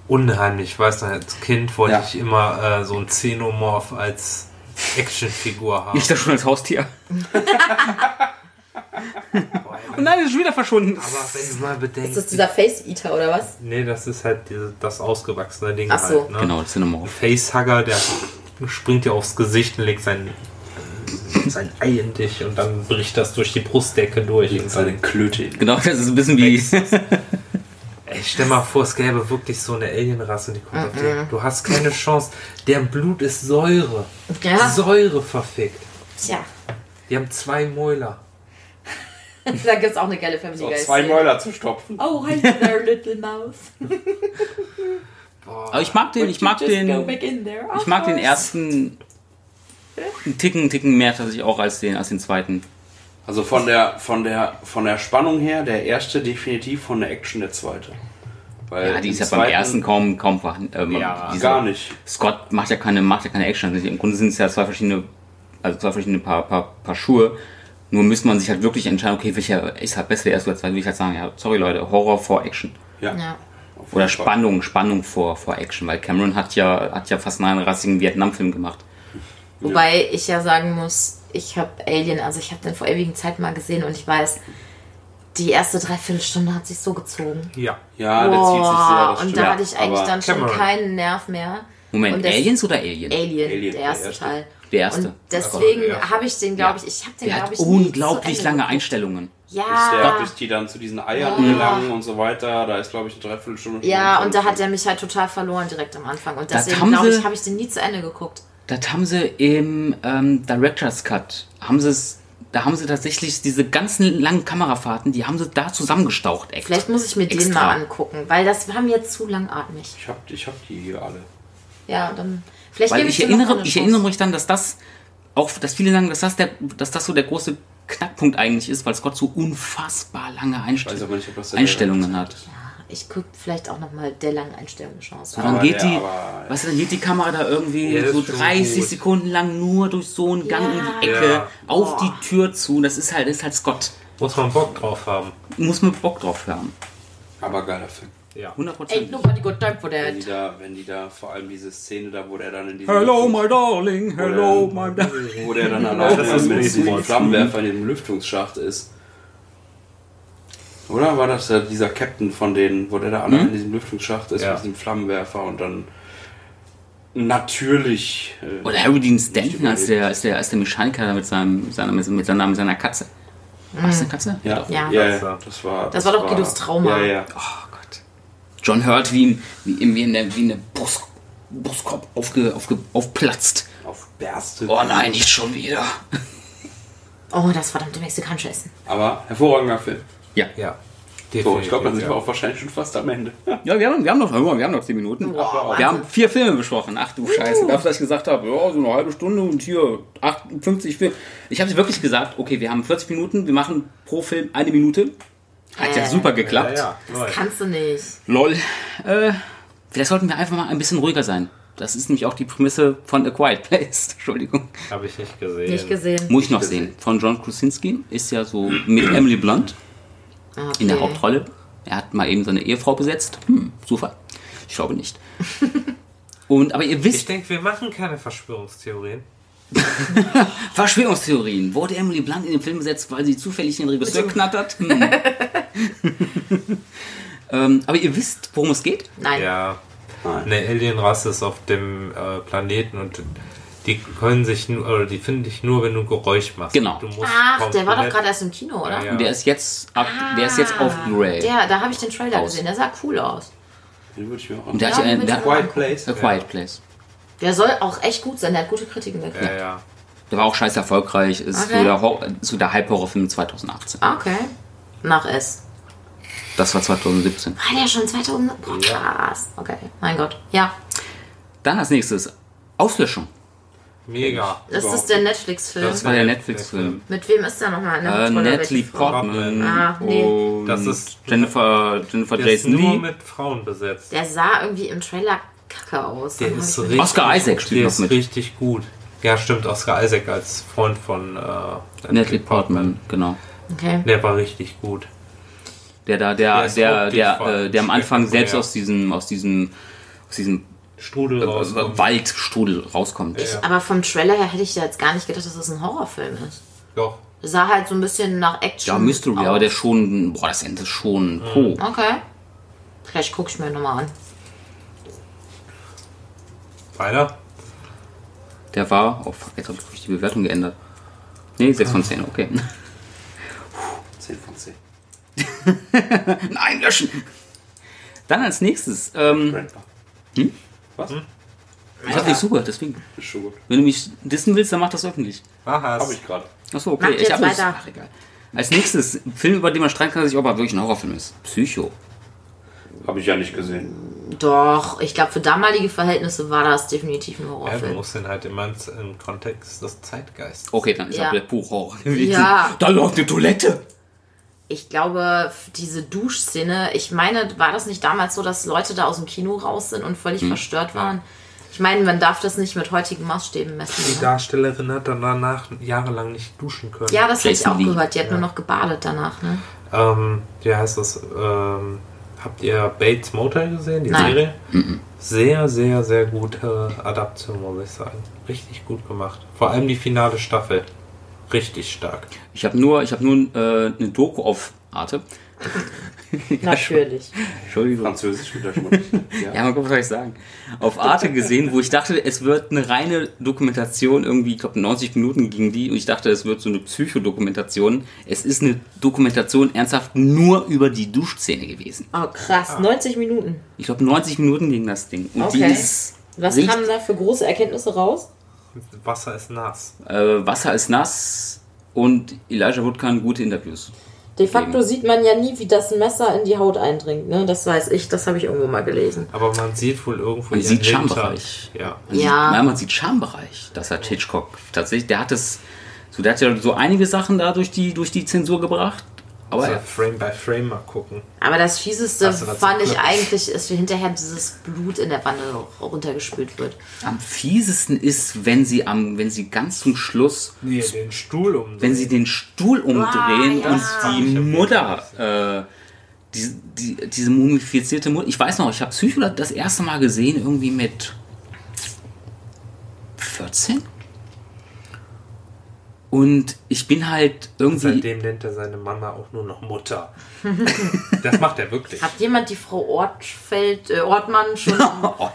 Speaker 4: unheimlich. Ich weiß noch, als Kind wollte
Speaker 2: Ja.
Speaker 4: ich immer äh, so ein Xenomorph als Actionfigur haben.
Speaker 1: Ich da schon als *laughs* Haustier. Und nein, ist schon wieder verschwunden.
Speaker 4: aber wenn du mal
Speaker 3: Ist
Speaker 4: bedenkst.
Speaker 3: das dieser Face-Eater oder was?
Speaker 4: nee, das ist halt diese, das ausgewachsene Ding.
Speaker 3: Ach so.
Speaker 4: Halt, ne?
Speaker 1: Genau, das Cinemorph.
Speaker 4: Facehugger, der springt dir aufs Gesicht und legt sein, sein Ei in dich und dann bricht das durch die Brustdecke durch.
Speaker 2: Gegen seine Klöte. in-
Speaker 1: Genau, das ist ein bisschen wie.
Speaker 4: Ey, stell mal vor, es gäbe wirklich so eine Alienrasse und die kommt auf
Speaker 3: Mhm.
Speaker 4: dich. Du hast keine Chance. Deren Blut ist Säure.
Speaker 3: Ja.
Speaker 4: Säure verfickt.
Speaker 3: *laughs* Tja,
Speaker 4: Die haben zwei Mäuler.
Speaker 3: da gibt es auch eine geile Family
Speaker 2: So
Speaker 3: Guy.
Speaker 2: zwei
Speaker 3: Szene.
Speaker 2: Mäuler zu stopfen.
Speaker 3: Oh, hi there, little mouse.
Speaker 1: Aber ich mag den, ich mag
Speaker 3: You just Go
Speaker 1: den.
Speaker 3: back in there. Oh.
Speaker 1: Ich mag den
Speaker 3: Of course.
Speaker 1: ersten einen Ticken, Ticken mehr tatsächlich auch als den, als den zweiten.
Speaker 2: Also von der, von, der, von der Spannung her, der erste definitiv, von der Action der zweite. Weil
Speaker 1: Ja, die ist ja
Speaker 2: im
Speaker 1: beim
Speaker 2: zweiten
Speaker 1: ersten kaum, kaum vorhanden. Ähm,
Speaker 4: Ja.
Speaker 1: diese-
Speaker 2: Gar nicht.
Speaker 1: Scott macht ja keine, macht ja keine Action. Also Im Grunde sind es ja zwei verschiedene, also zwei verschiedene Paar, Paar, Paar Schuhe. Nur müsste man sich halt wirklich entscheiden, okay, welcher ist halt besser, der erste oder zweite, würde ich halt sagen, ja, sorry Leute, Horror vor Action.
Speaker 2: Ja.
Speaker 3: Ja.
Speaker 2: Auf
Speaker 1: Oder
Speaker 2: jeden Fall.
Speaker 1: Spannung, Spannung vor, vor Action, weil Cameron hat ja, hat ja fast einen rassigen Vietnam-Film gemacht.
Speaker 3: Wobei ich ja sagen muss, ich habe Alien, also ich habe den vor ewigen Zeit mal gesehen und ich weiß, die erste Dreiviertelstunde hat sich so gezogen.
Speaker 4: Ja.
Speaker 2: Ja, der zieht sich sehr.
Speaker 3: Boah,
Speaker 2: das
Speaker 3: und
Speaker 2: stimmt.
Speaker 3: da hatte ich eigentlich
Speaker 2: Aber-
Speaker 3: dann schon
Speaker 4: Cameron.
Speaker 3: keinen Nerv mehr.
Speaker 1: Moment,
Speaker 3: Und das-
Speaker 1: Aliens oder Alien?
Speaker 3: Alien,
Speaker 2: Alien,
Speaker 3: der erste
Speaker 2: der erste.
Speaker 3: Teil.
Speaker 1: Der erste.
Speaker 3: Und deswegen
Speaker 4: erste.
Speaker 3: habe ich den, glaube ich, ich habe den,
Speaker 1: Der
Speaker 3: glaube
Speaker 1: hat
Speaker 3: ich, nie
Speaker 1: unglaublich
Speaker 3: zu Ende
Speaker 1: lange
Speaker 3: geguckt.
Speaker 1: Einstellungen.
Speaker 2: Bis, der,
Speaker 3: Ja,
Speaker 2: bis die dann zu diesen Eiern gelangen und so weiter. Da ist, glaube ich, eine Dreiviertelstunde. schon
Speaker 3: ja, und da
Speaker 2: drin.
Speaker 3: hat er mich halt total verloren direkt am Anfang. Und
Speaker 1: Das
Speaker 3: deswegen,
Speaker 1: haben
Speaker 3: glaube
Speaker 1: sie-
Speaker 3: ich, habe ich den nie zu Ende geguckt.
Speaker 1: Das haben sie im ähm, Director's Cut, haben sie es, da haben sie tatsächlich diese ganzen langen Kamerafahrten, die haben sie da zusammengestaucht. Extra.
Speaker 3: Vielleicht muss ich mir den
Speaker 1: Extra.
Speaker 3: mal angucken, weil das war mir zu langatmig.
Speaker 2: Ich hab, ich hab die hier alle.
Speaker 3: Ja, dann. Vielleicht
Speaker 1: Weil
Speaker 3: gebe ich,
Speaker 1: ich
Speaker 3: dem noch
Speaker 1: erinnere,
Speaker 3: eine
Speaker 1: ich
Speaker 3: Chance.
Speaker 1: erinnere mich dann, dass das auch, dass viele sagen, dass das der, dass das so der große Knackpunkt eigentlich ist, weil Scott so unfassbar lange
Speaker 2: Ich weiß
Speaker 1: Einstell
Speaker 2: aber nicht, ob das der
Speaker 1: Einstellungen hat.
Speaker 3: Ich gucke vielleicht auch nochmal der langen Einstellung eine Chance.
Speaker 1: Dann
Speaker 2: Aber
Speaker 1: geht
Speaker 2: der-
Speaker 1: die,
Speaker 2: aber-
Speaker 1: weißt du, dann geht die Kamera da irgendwie
Speaker 4: Ja, das
Speaker 1: so
Speaker 4: ist schon
Speaker 1: 30
Speaker 4: gut.
Speaker 1: Sekunden lang nur durch so einen Gang
Speaker 3: Ja.
Speaker 1: um die Ecke
Speaker 4: Ja.
Speaker 1: auf
Speaker 3: Boah.
Speaker 1: die Tür zu. Das ist halt, das ist halt Scott.
Speaker 4: Muss man Bock drauf haben.
Speaker 1: Muss man Bock drauf haben.
Speaker 2: Aber geiler Film.
Speaker 4: Ja.
Speaker 1: 100
Speaker 3: Ain't nobody got time for
Speaker 2: Wenn die,
Speaker 3: that.
Speaker 2: da, wenn die da, vor allem diese Szene da, wo der dann in diesem.
Speaker 1: Hello, my darling. Hello,
Speaker 2: Hello,
Speaker 1: my
Speaker 2: my
Speaker 1: darling.
Speaker 2: Wo der dann alleine
Speaker 4: Das ist
Speaker 2: mit diesem
Speaker 4: Baseball.
Speaker 2: Flammenwerfer in dem Lüftungsschacht ist. Oder war das ja dieser Captain von denen, wo der da allein in diesem Lüftungsschacht ist
Speaker 4: Ja.
Speaker 2: mit diesem Flammenwerfer und dann natürlich. äh,
Speaker 1: Oder Harry Dean Stanton als
Speaker 2: überlebt.
Speaker 1: der, als der, als der Mechaniker da mit seinem, seiner, mit seiner, mit seiner Katze. War das eine Katze?
Speaker 2: Ja,
Speaker 3: Ja.
Speaker 2: ja, ja, das war.
Speaker 3: Das war doch Guidos Trauma.
Speaker 2: Ja, ja.
Speaker 1: Oh Gott. John Hurt wie, im- wie, im- wie, in der, wie in der Brust, Brustkorb aufge, aufge, aufplatzt.
Speaker 2: Auf Berste.
Speaker 1: Oh nein, nicht schon wieder.
Speaker 3: Oh, das verdammte mexikanische Essen.
Speaker 2: Aber hervorragender Film.
Speaker 1: Ja,
Speaker 4: Ja.
Speaker 2: So, ich glaube, dann sind
Speaker 4: ja.
Speaker 2: wir auch wahrscheinlich schon fast am Ende.
Speaker 1: ja wir, haben, wir, haben noch, wir haben noch 10 Minuten.
Speaker 4: Oh,
Speaker 3: Boah,
Speaker 1: wir haben vier Filme besprochen. Ach du Scheiße. Darf, dass ich gesagt habe, ja, so eine halbe Stunde und hier 58 Filme. Ich habe wirklich gesagt, okay, wir haben 40 Minuten, wir machen pro Film eine Minute. Hat ja
Speaker 3: Äh.
Speaker 1: super geklappt.
Speaker 4: Ja, ja.
Speaker 3: Kannst du nicht.
Speaker 1: Lol. Äh, vielleicht sollten wir einfach mal ein bisschen ruhiger sein. Das ist nämlich auch die Prämisse von A Quiet Place. *laughs* Entschuldigung.
Speaker 4: Habe ich nicht gesehen.
Speaker 3: Nicht gesehen.
Speaker 1: Muss ich noch sehen. Von John Krasinski. Ist ja so mit Emily Blunt
Speaker 3: Ah, Okay.
Speaker 1: in der Hauptrolle. Er hat mal eben seine Ehefrau besetzt. Hm, super. Ich glaube
Speaker 3: *laughs*
Speaker 1: nicht. Und, aber ihr
Speaker 4: Ich
Speaker 1: wisst,
Speaker 4: denke, wir machen keine Verschwörungstheorien.
Speaker 1: Verschwörungstheorien. Wurde Emily Blunt in den Film besetzt, weil sie zufällig den Regisseur knattert?
Speaker 3: *laughs*
Speaker 1: Hm. ähm, aber ihr wisst, worum es geht?
Speaker 3: Nein.
Speaker 4: Ja.
Speaker 2: Nein.
Speaker 4: Eine Alienrasse ist auf dem äh, Planeten und die können sich nur, oder die finden dich nur, wenn du ein Geräusch machst.
Speaker 1: Genau.
Speaker 4: Du musst
Speaker 3: Ach, der war doch
Speaker 4: komplett-
Speaker 3: gerade erst im Kino, oder?
Speaker 4: Ja,
Speaker 1: Und der ist jetzt, ab, der ist jetzt auf Blu-ray.
Speaker 3: Ah. Der, da habe ich den Trailer
Speaker 1: Raus.
Speaker 3: gesehen. Der sah cool aus.
Speaker 2: Den würde ich mir auch
Speaker 1: Und der hat
Speaker 3: Ja,
Speaker 1: ja,
Speaker 3: den will
Speaker 1: der
Speaker 3: ich
Speaker 1: hat
Speaker 3: auch.
Speaker 2: Quiet Place.
Speaker 1: A Quiet Place.
Speaker 3: Der soll auch echt gut sein. Der hat gute Kritiken gekriegt.
Speaker 4: Ja, ja.
Speaker 1: Der war auch scheiß erfolgreich. Ist
Speaker 3: Okay.
Speaker 1: so der, Hor- so der Hype-Horror-Film 2018.
Speaker 3: Ah, Okay. Nach S.
Speaker 1: Das war 2017.
Speaker 3: Ah, der ist schon 2000. Boah, krass. Okay. Mein Gott. Ja.
Speaker 1: Dann als nächstes Auslöschung.
Speaker 4: Mega.
Speaker 3: Das
Speaker 2: Überhaupt
Speaker 3: ist der Netflix-Film.
Speaker 1: Das war der Netflix-Film.
Speaker 3: Mit wem ist der nochmal? in der
Speaker 1: Äh,
Speaker 3: Hauptrolle?
Speaker 1: Natalie
Speaker 4: Portman.
Speaker 1: Portman.
Speaker 3: Ah, nee.
Speaker 1: und
Speaker 4: Das ist-
Speaker 1: Jennifer, Jennifer
Speaker 4: Der ist
Speaker 1: Jason
Speaker 4: nur
Speaker 1: Lee.
Speaker 4: mit Frauen besetzt.
Speaker 3: Der sah irgendwie im Trailer kacke aus.
Speaker 4: Der
Speaker 3: Dann
Speaker 4: ist
Speaker 3: hab ich
Speaker 4: richtig,
Speaker 1: Oscar Isaac spielt
Speaker 4: der
Speaker 1: noch
Speaker 4: ist
Speaker 1: mit.
Speaker 4: richtig gut. Ja, stimmt, Oscar Isaac als Freund von äh, Natalie
Speaker 1: Natalie Portman, genau.
Speaker 3: mir- Okay.
Speaker 4: Der war richtig gut.
Speaker 1: Der da, der,
Speaker 4: ist
Speaker 1: der,
Speaker 4: optisch
Speaker 1: der,
Speaker 4: voll
Speaker 1: äh, der am Anfang
Speaker 4: spektakulär.
Speaker 1: selbst aus diesem, aus diesem, aus diesem
Speaker 4: Strudel
Speaker 1: äh,
Speaker 4: raus.
Speaker 1: Waldstrudel rauskommt.
Speaker 4: Ja.
Speaker 3: Aber vom Trailer her hätte ich ja jetzt gar nicht gedacht, dass das ein Horrorfilm ist.
Speaker 4: Doch.
Speaker 3: Sah halt so ein bisschen nach Action.
Speaker 1: Ja, Mystery,
Speaker 3: aus.
Speaker 1: aber der ist schon, boah, das Ende ist schon
Speaker 4: Mhm.
Speaker 1: pro.
Speaker 3: Okay. Vielleicht gucke ich mir nochmal an.
Speaker 4: Weiter?
Speaker 1: Der war, oh fuck, jetzt habe ich die Bewertung geändert. Nee, 6 von 10, okay. *laughs*
Speaker 2: 10 von 10.
Speaker 1: Nein, löschen! Dann als nächstes, ähm,
Speaker 2: Grandpa.
Speaker 3: Hm?
Speaker 2: Was?
Speaker 1: ich habe nicht zugehört, deswegen.
Speaker 2: Ist schon gut.
Speaker 1: Wenn du mich dissen willst, dann mach das öffentlich.
Speaker 4: Aha.
Speaker 2: Habe ich gerade.
Speaker 1: Achso, okay.
Speaker 3: Macht jetzt
Speaker 1: hab das-
Speaker 3: weiter.
Speaker 1: Ach, egal. Als nächstes, ein Film, über den man streiten kann, dass ich, ob er wirklich ein Horrorfilm ist. Psycho.
Speaker 2: Habe ich ja nicht gesehen.
Speaker 3: Doch, ich glaube, für damalige Verhältnisse war das definitiv ein
Speaker 4: Ja, du
Speaker 3: Horrorfilm.
Speaker 4: musst den halt immer ins- im Kontext des Zeitgeists.
Speaker 1: Okay, dann ist
Speaker 3: Ja.
Speaker 1: er der pure Horror gewesen.
Speaker 3: Ja.
Speaker 1: Da läuft eine Toilette.
Speaker 3: Ich glaube, diese Duschszene, ich meine, war das nicht damals so, dass Leute da aus dem Kino raus sind und völlig
Speaker 1: Mhm.
Speaker 3: verstört waren? Ich meine, man darf das nicht mit heutigen Maßstäben
Speaker 4: Die
Speaker 3: messen. Ne?
Speaker 4: Darstellerin hat dann danach jahrelang nicht duschen können.
Speaker 3: Ja, das habe ich
Speaker 1: Jason
Speaker 3: auch
Speaker 1: Lee.
Speaker 3: gehört. Die hat nur noch gebadet
Speaker 1: *laughs*
Speaker 3: danach, ne?
Speaker 4: Ähm, wie heißt das? Ähm, habt ihr Bates Motel gesehen, die
Speaker 3: Nein.
Speaker 4: Serie?
Speaker 1: Mhm.
Speaker 4: Sehr, sehr, sehr gute Adaption, muss ich sagen. Richtig gut gemacht. Vor allem die finale Staffel. Richtig stark.
Speaker 1: Ich habe nur, ich habe nur äh, eine Doku auf Arte.
Speaker 3: *laughs* Natürlich.
Speaker 1: *laughs* Entschuldigung.
Speaker 2: Französisch mit der Schmutz.
Speaker 1: Ja, man kann was soll ich sagen. Auf Arte gesehen, wo ich dachte, es wird eine reine Dokumentation, irgendwie, ich glaube 90 Minuten ging die und ich dachte, es wird so eine Psychodokumentation. Es ist eine Dokumentation ernsthaft nur über die Duschszene gewesen.
Speaker 3: Oh, krass. 90 Minuten.
Speaker 1: Ich glaube 90 Minuten ging das Ding. Und
Speaker 3: Okay.
Speaker 1: die ist
Speaker 3: Was
Speaker 1: Riecht-
Speaker 3: kamen da für große Erkenntnisse raus?
Speaker 4: Wasser ist nass.
Speaker 1: äh, Wasser ist nass und Elijah Wood kann gute Interviews.
Speaker 3: De facto sieht man ja nie, wie das Messer in die Haut eindringt. Ne? Das weiß ich, das habe ich irgendwo mal gelesen.
Speaker 4: Aber man sieht wohl irgendwo
Speaker 1: Man
Speaker 4: ihren
Speaker 1: sieht
Speaker 4: Hintern.
Speaker 1: Schambereich.
Speaker 4: Ja.
Speaker 1: Man
Speaker 3: Ja.
Speaker 1: Sieht, ja, Also, man sieht Schambereich. Das hat Hitchcock tatsächlich. Der hat es, so, der hat ja so einige Sachen da durch die, durch die Zensur gebracht. Aber
Speaker 4: Also Frame by Frame mal gucken.
Speaker 3: Aber das Fieseste
Speaker 4: Hast du dazu
Speaker 3: fand ich
Speaker 4: Glück?
Speaker 3: eigentlich, ist, wie hinterher dieses Blut in der Wanne runtergespült wird.
Speaker 1: am fiesesten ist, wenn sie am, wenn sie ganz zum Schluss,
Speaker 4: Nee, den Stuhl um.
Speaker 1: wenn sie den Stuhl umdrehen
Speaker 3: Ah, ja.
Speaker 1: und die Mutter, äh, die, die, diese mumifizierte Mutter. Ich weiß noch, ich habe Psycho das erste Mal gesehen, irgendwie mit 14. Und ich bin halt irgendwie.
Speaker 4: Seitdem nennt er seine Mama auch nur
Speaker 1: *laughs*
Speaker 4: noch Mutter. das macht er wirklich.
Speaker 3: Hat jemand die Frau Ortfeld, äh, Ortmann
Speaker 4: *laughs*
Speaker 3: schon?
Speaker 4: Oh.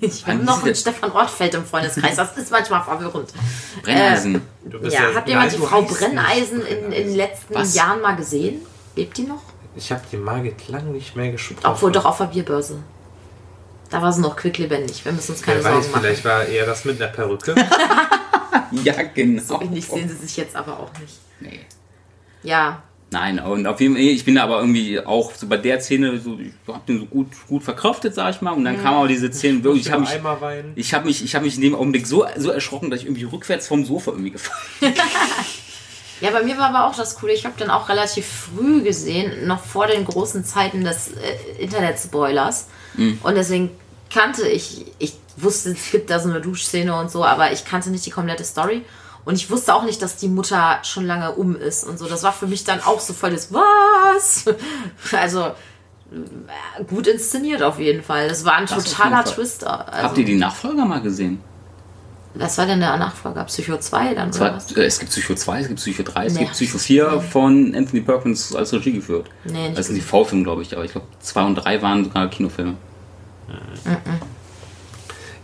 Speaker 3: ich habe noch einen Stefan Ortfeld im Freundeskreis. Das ist manchmal verwirrend.
Speaker 1: Brenneisen.
Speaker 4: Du bist
Speaker 3: Ja, habt ihr mal
Speaker 4: Nein,
Speaker 3: die
Speaker 4: du
Speaker 3: Frau
Speaker 4: heißt
Speaker 3: Brenneisen
Speaker 4: nicht
Speaker 3: in, in den
Speaker 4: Brenneisen.
Speaker 3: letzten
Speaker 1: Was?
Speaker 3: Jahren mal gesehen? Lebt die noch?
Speaker 4: Ich habe die Margit lang nicht mehr gesprochen.
Speaker 3: Obwohl doch auf der Bierbörse. Da war sie noch quicklebendig. Wir müssen uns keine
Speaker 4: Wer weiß,
Speaker 3: Sorgen machen.
Speaker 4: vielleicht war eher das mit einer Perücke.
Speaker 1: *laughs* ja, genau.
Speaker 3: So ähnlich sehen sie sich jetzt aber auch nicht.
Speaker 1: Nee.
Speaker 3: Ja,
Speaker 1: Nein, und auf jeden Fall, ich bin da aber irgendwie auch so bei der Szene, so, ich hab den so gut, gut verkraftet, sag ich mal. Und dann kam aber diese Szene wirklich, Oh, ich habe mich,
Speaker 4: Eimer Wein.
Speaker 1: ich hab mich, ich hab mich in dem Augenblick so, so erschrocken, dass ich irgendwie rückwärts vom Sofa irgendwie *laughs* gefallen
Speaker 3: Ja, bei mir war aber auch das Coole. Ich habe den auch relativ früh gesehen, noch vor den
Speaker 1: Mhm.
Speaker 3: großen Zeiten des äh, Internet-Spoilers. Und deswegen kannte ich, ich wusste, es gibt da so eine Duschszene und so, aber ich kannte nicht die komplette Story. Und ich wusste auch nicht, dass die Mutter schon lange um ist und so. Das war für mich dann auch so voll das Was? *laughs* Also äh, gut inszeniert auf jeden Fall. Das war ein
Speaker 1: auf
Speaker 3: totaler
Speaker 1: jeden Fall.
Speaker 3: Twister.
Speaker 1: Habt
Speaker 3: Also,
Speaker 1: ihr die Nachfolger mal gesehen?
Speaker 3: was war denn der Nachfolger? Psycho 2 dann
Speaker 1: Zwei,
Speaker 3: oder was?
Speaker 1: äh, es gibt Psycho 2, es gibt Psycho 3, es
Speaker 3: Nee,
Speaker 1: gibt
Speaker 3: hab
Speaker 1: Psycho
Speaker 3: ich
Speaker 1: 4 von Anthony Perkins als Regie geführt.
Speaker 3: Nee, nicht
Speaker 1: das sind die V-Filme, glaube ich, aber ich glaube 2 und 3 waren sogar Kinofilme.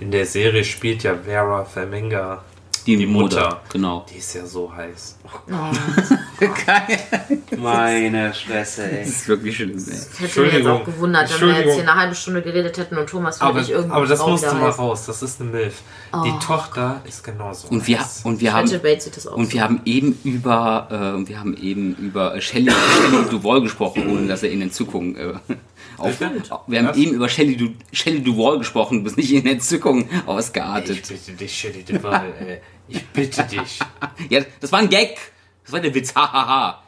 Speaker 4: In der Serie spielt ja Vera Faminga.
Speaker 1: Die,
Speaker 4: Mutter.
Speaker 1: Genau.
Speaker 4: Die ist ja so heiß.
Speaker 3: Oh,
Speaker 1: Geil.
Speaker 2: Meine Fresse, ey.
Speaker 1: Das ist wirklich schön. Ey.
Speaker 3: Hätte mich jetzt auch
Speaker 4: Entschuldigung.
Speaker 3: gewundert, wenn wir jetzt
Speaker 4: Entschuldigung.
Speaker 3: hier eine halbe Stunde geredet hätten und Thomas würde
Speaker 4: Aber,
Speaker 3: ich irgendwie
Speaker 4: aber das
Speaker 3: Frau
Speaker 4: musste
Speaker 3: wieder
Speaker 4: mal
Speaker 3: heißen.
Speaker 4: raus. Das ist eine Milf.
Speaker 3: Oh.
Speaker 4: Die Tochter ist genauso.
Speaker 1: Und wir,
Speaker 4: heiß.
Speaker 1: und wir haben.
Speaker 3: Rachel Bates sieht das auch.
Speaker 1: Und wir haben eben über, äh, und wir haben eben über Shelley, Shelley Duvall gesprochen, ohne dass er in Entzückung äh, auf,
Speaker 4: Stimmt.
Speaker 1: Wir haben
Speaker 4: Was?
Speaker 1: eben über Shelley, du, Shelley Duvall gesprochen, du bist nicht in Entzückung
Speaker 4: Ich
Speaker 1: ausgeartet.
Speaker 4: bitte dich, Shelley Duvall, ey. Ich bitte dich.
Speaker 1: Ja, das war ein Gag. Das war der Witz, *laughs* hahaha.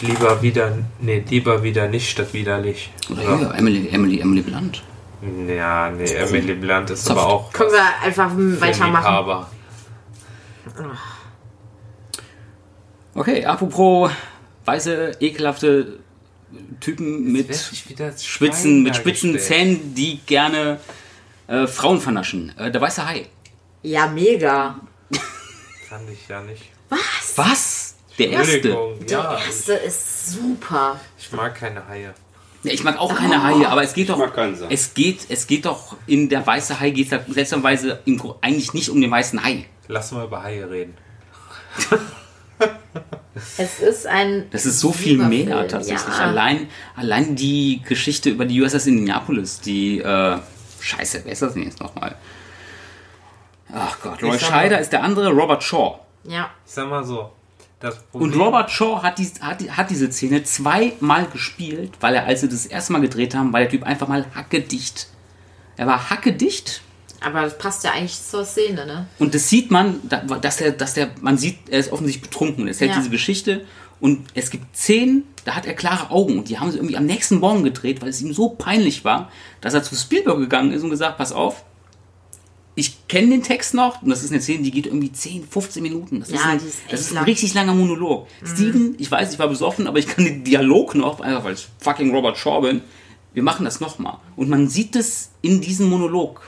Speaker 4: Lieber wieder, nee, lieber wieder nicht statt widerlich.
Speaker 1: Oder ja, Emily, Emily, Emily Blunt.
Speaker 4: Ja, nee, Emily Blunt ist
Speaker 1: Soft.
Speaker 4: aber auch
Speaker 3: Können wir einfach weitermachen.
Speaker 4: Aber
Speaker 1: Okay, apropos weiße, ekelhafte Typen mit Spitzen, mit spitzen Zähnen, die gerne äh, Frauen vernaschen. Äh, der weiße Hai.
Speaker 3: Ja, mega.
Speaker 4: Kann ich ja nicht.
Speaker 1: Was? Der erste.
Speaker 4: Entschuldigung, ja.
Speaker 3: Das ist super.
Speaker 4: Ich mag keine Haie.
Speaker 1: Ja, Ich mag auch keine Haie, aber es geht doch.
Speaker 2: Ah. mag keinen Sinn.
Speaker 1: Es geht, es geht doch in der weiße Hai geht es seltsamerweise im Gro- eigentlich nicht um den weißen Hai.
Speaker 4: Lass mal über Haie reden.
Speaker 3: Es ist ein.
Speaker 1: Das ist so viel
Speaker 3: super
Speaker 1: mehr
Speaker 3: Film,
Speaker 1: tatsächlich.
Speaker 3: Ja.
Speaker 1: Allein, allein die Geschichte über die USS Indianapolis, die äh, Scheiße, wer ist das denn jetzt nochmal? Ach Gott, Roy
Speaker 4: Ich sag
Speaker 1: Scheider ist der andere, Robert Shaw.
Speaker 3: ja.
Speaker 4: Ich sag mal so. Das Problem,
Speaker 1: Und Robert Shaw hat, dies, hat, die- hat diese Szene zweimal gespielt, weil er, als sie das erste Mal gedreht haben, war der Typ einfach mal hackedicht. Er war hackedicht
Speaker 3: Aber das passt ja eigentlich zur Szene, ne?
Speaker 1: und das sieht man, da- dass er, dass der, man sieht, er ist offensichtlich betrunken. Er erzählt
Speaker 3: Ja.
Speaker 1: diese Geschichte und es gibt Szenen, da hat er klare Augen und die haben sie irgendwie am nächsten Morgen gedreht, weil es ihm so peinlich war, dass er zu Spielberg gegangen ist und gesagt, pass auf, ich kenne den Text noch und das ist eine Szene, die geht irgendwie 10, 15 Minuten. Das
Speaker 3: Ja,
Speaker 1: ist ein,
Speaker 3: die ist echt
Speaker 1: das ist ein
Speaker 3: lang.
Speaker 1: richtig langer Monolog. Steven, ich weiß, ich war besoffen, aber ich kann den Dialog noch, einfach weil ich fucking Robert Shaw bin. Wir machen das nochmal. Und man sieht es in diesem Monolog,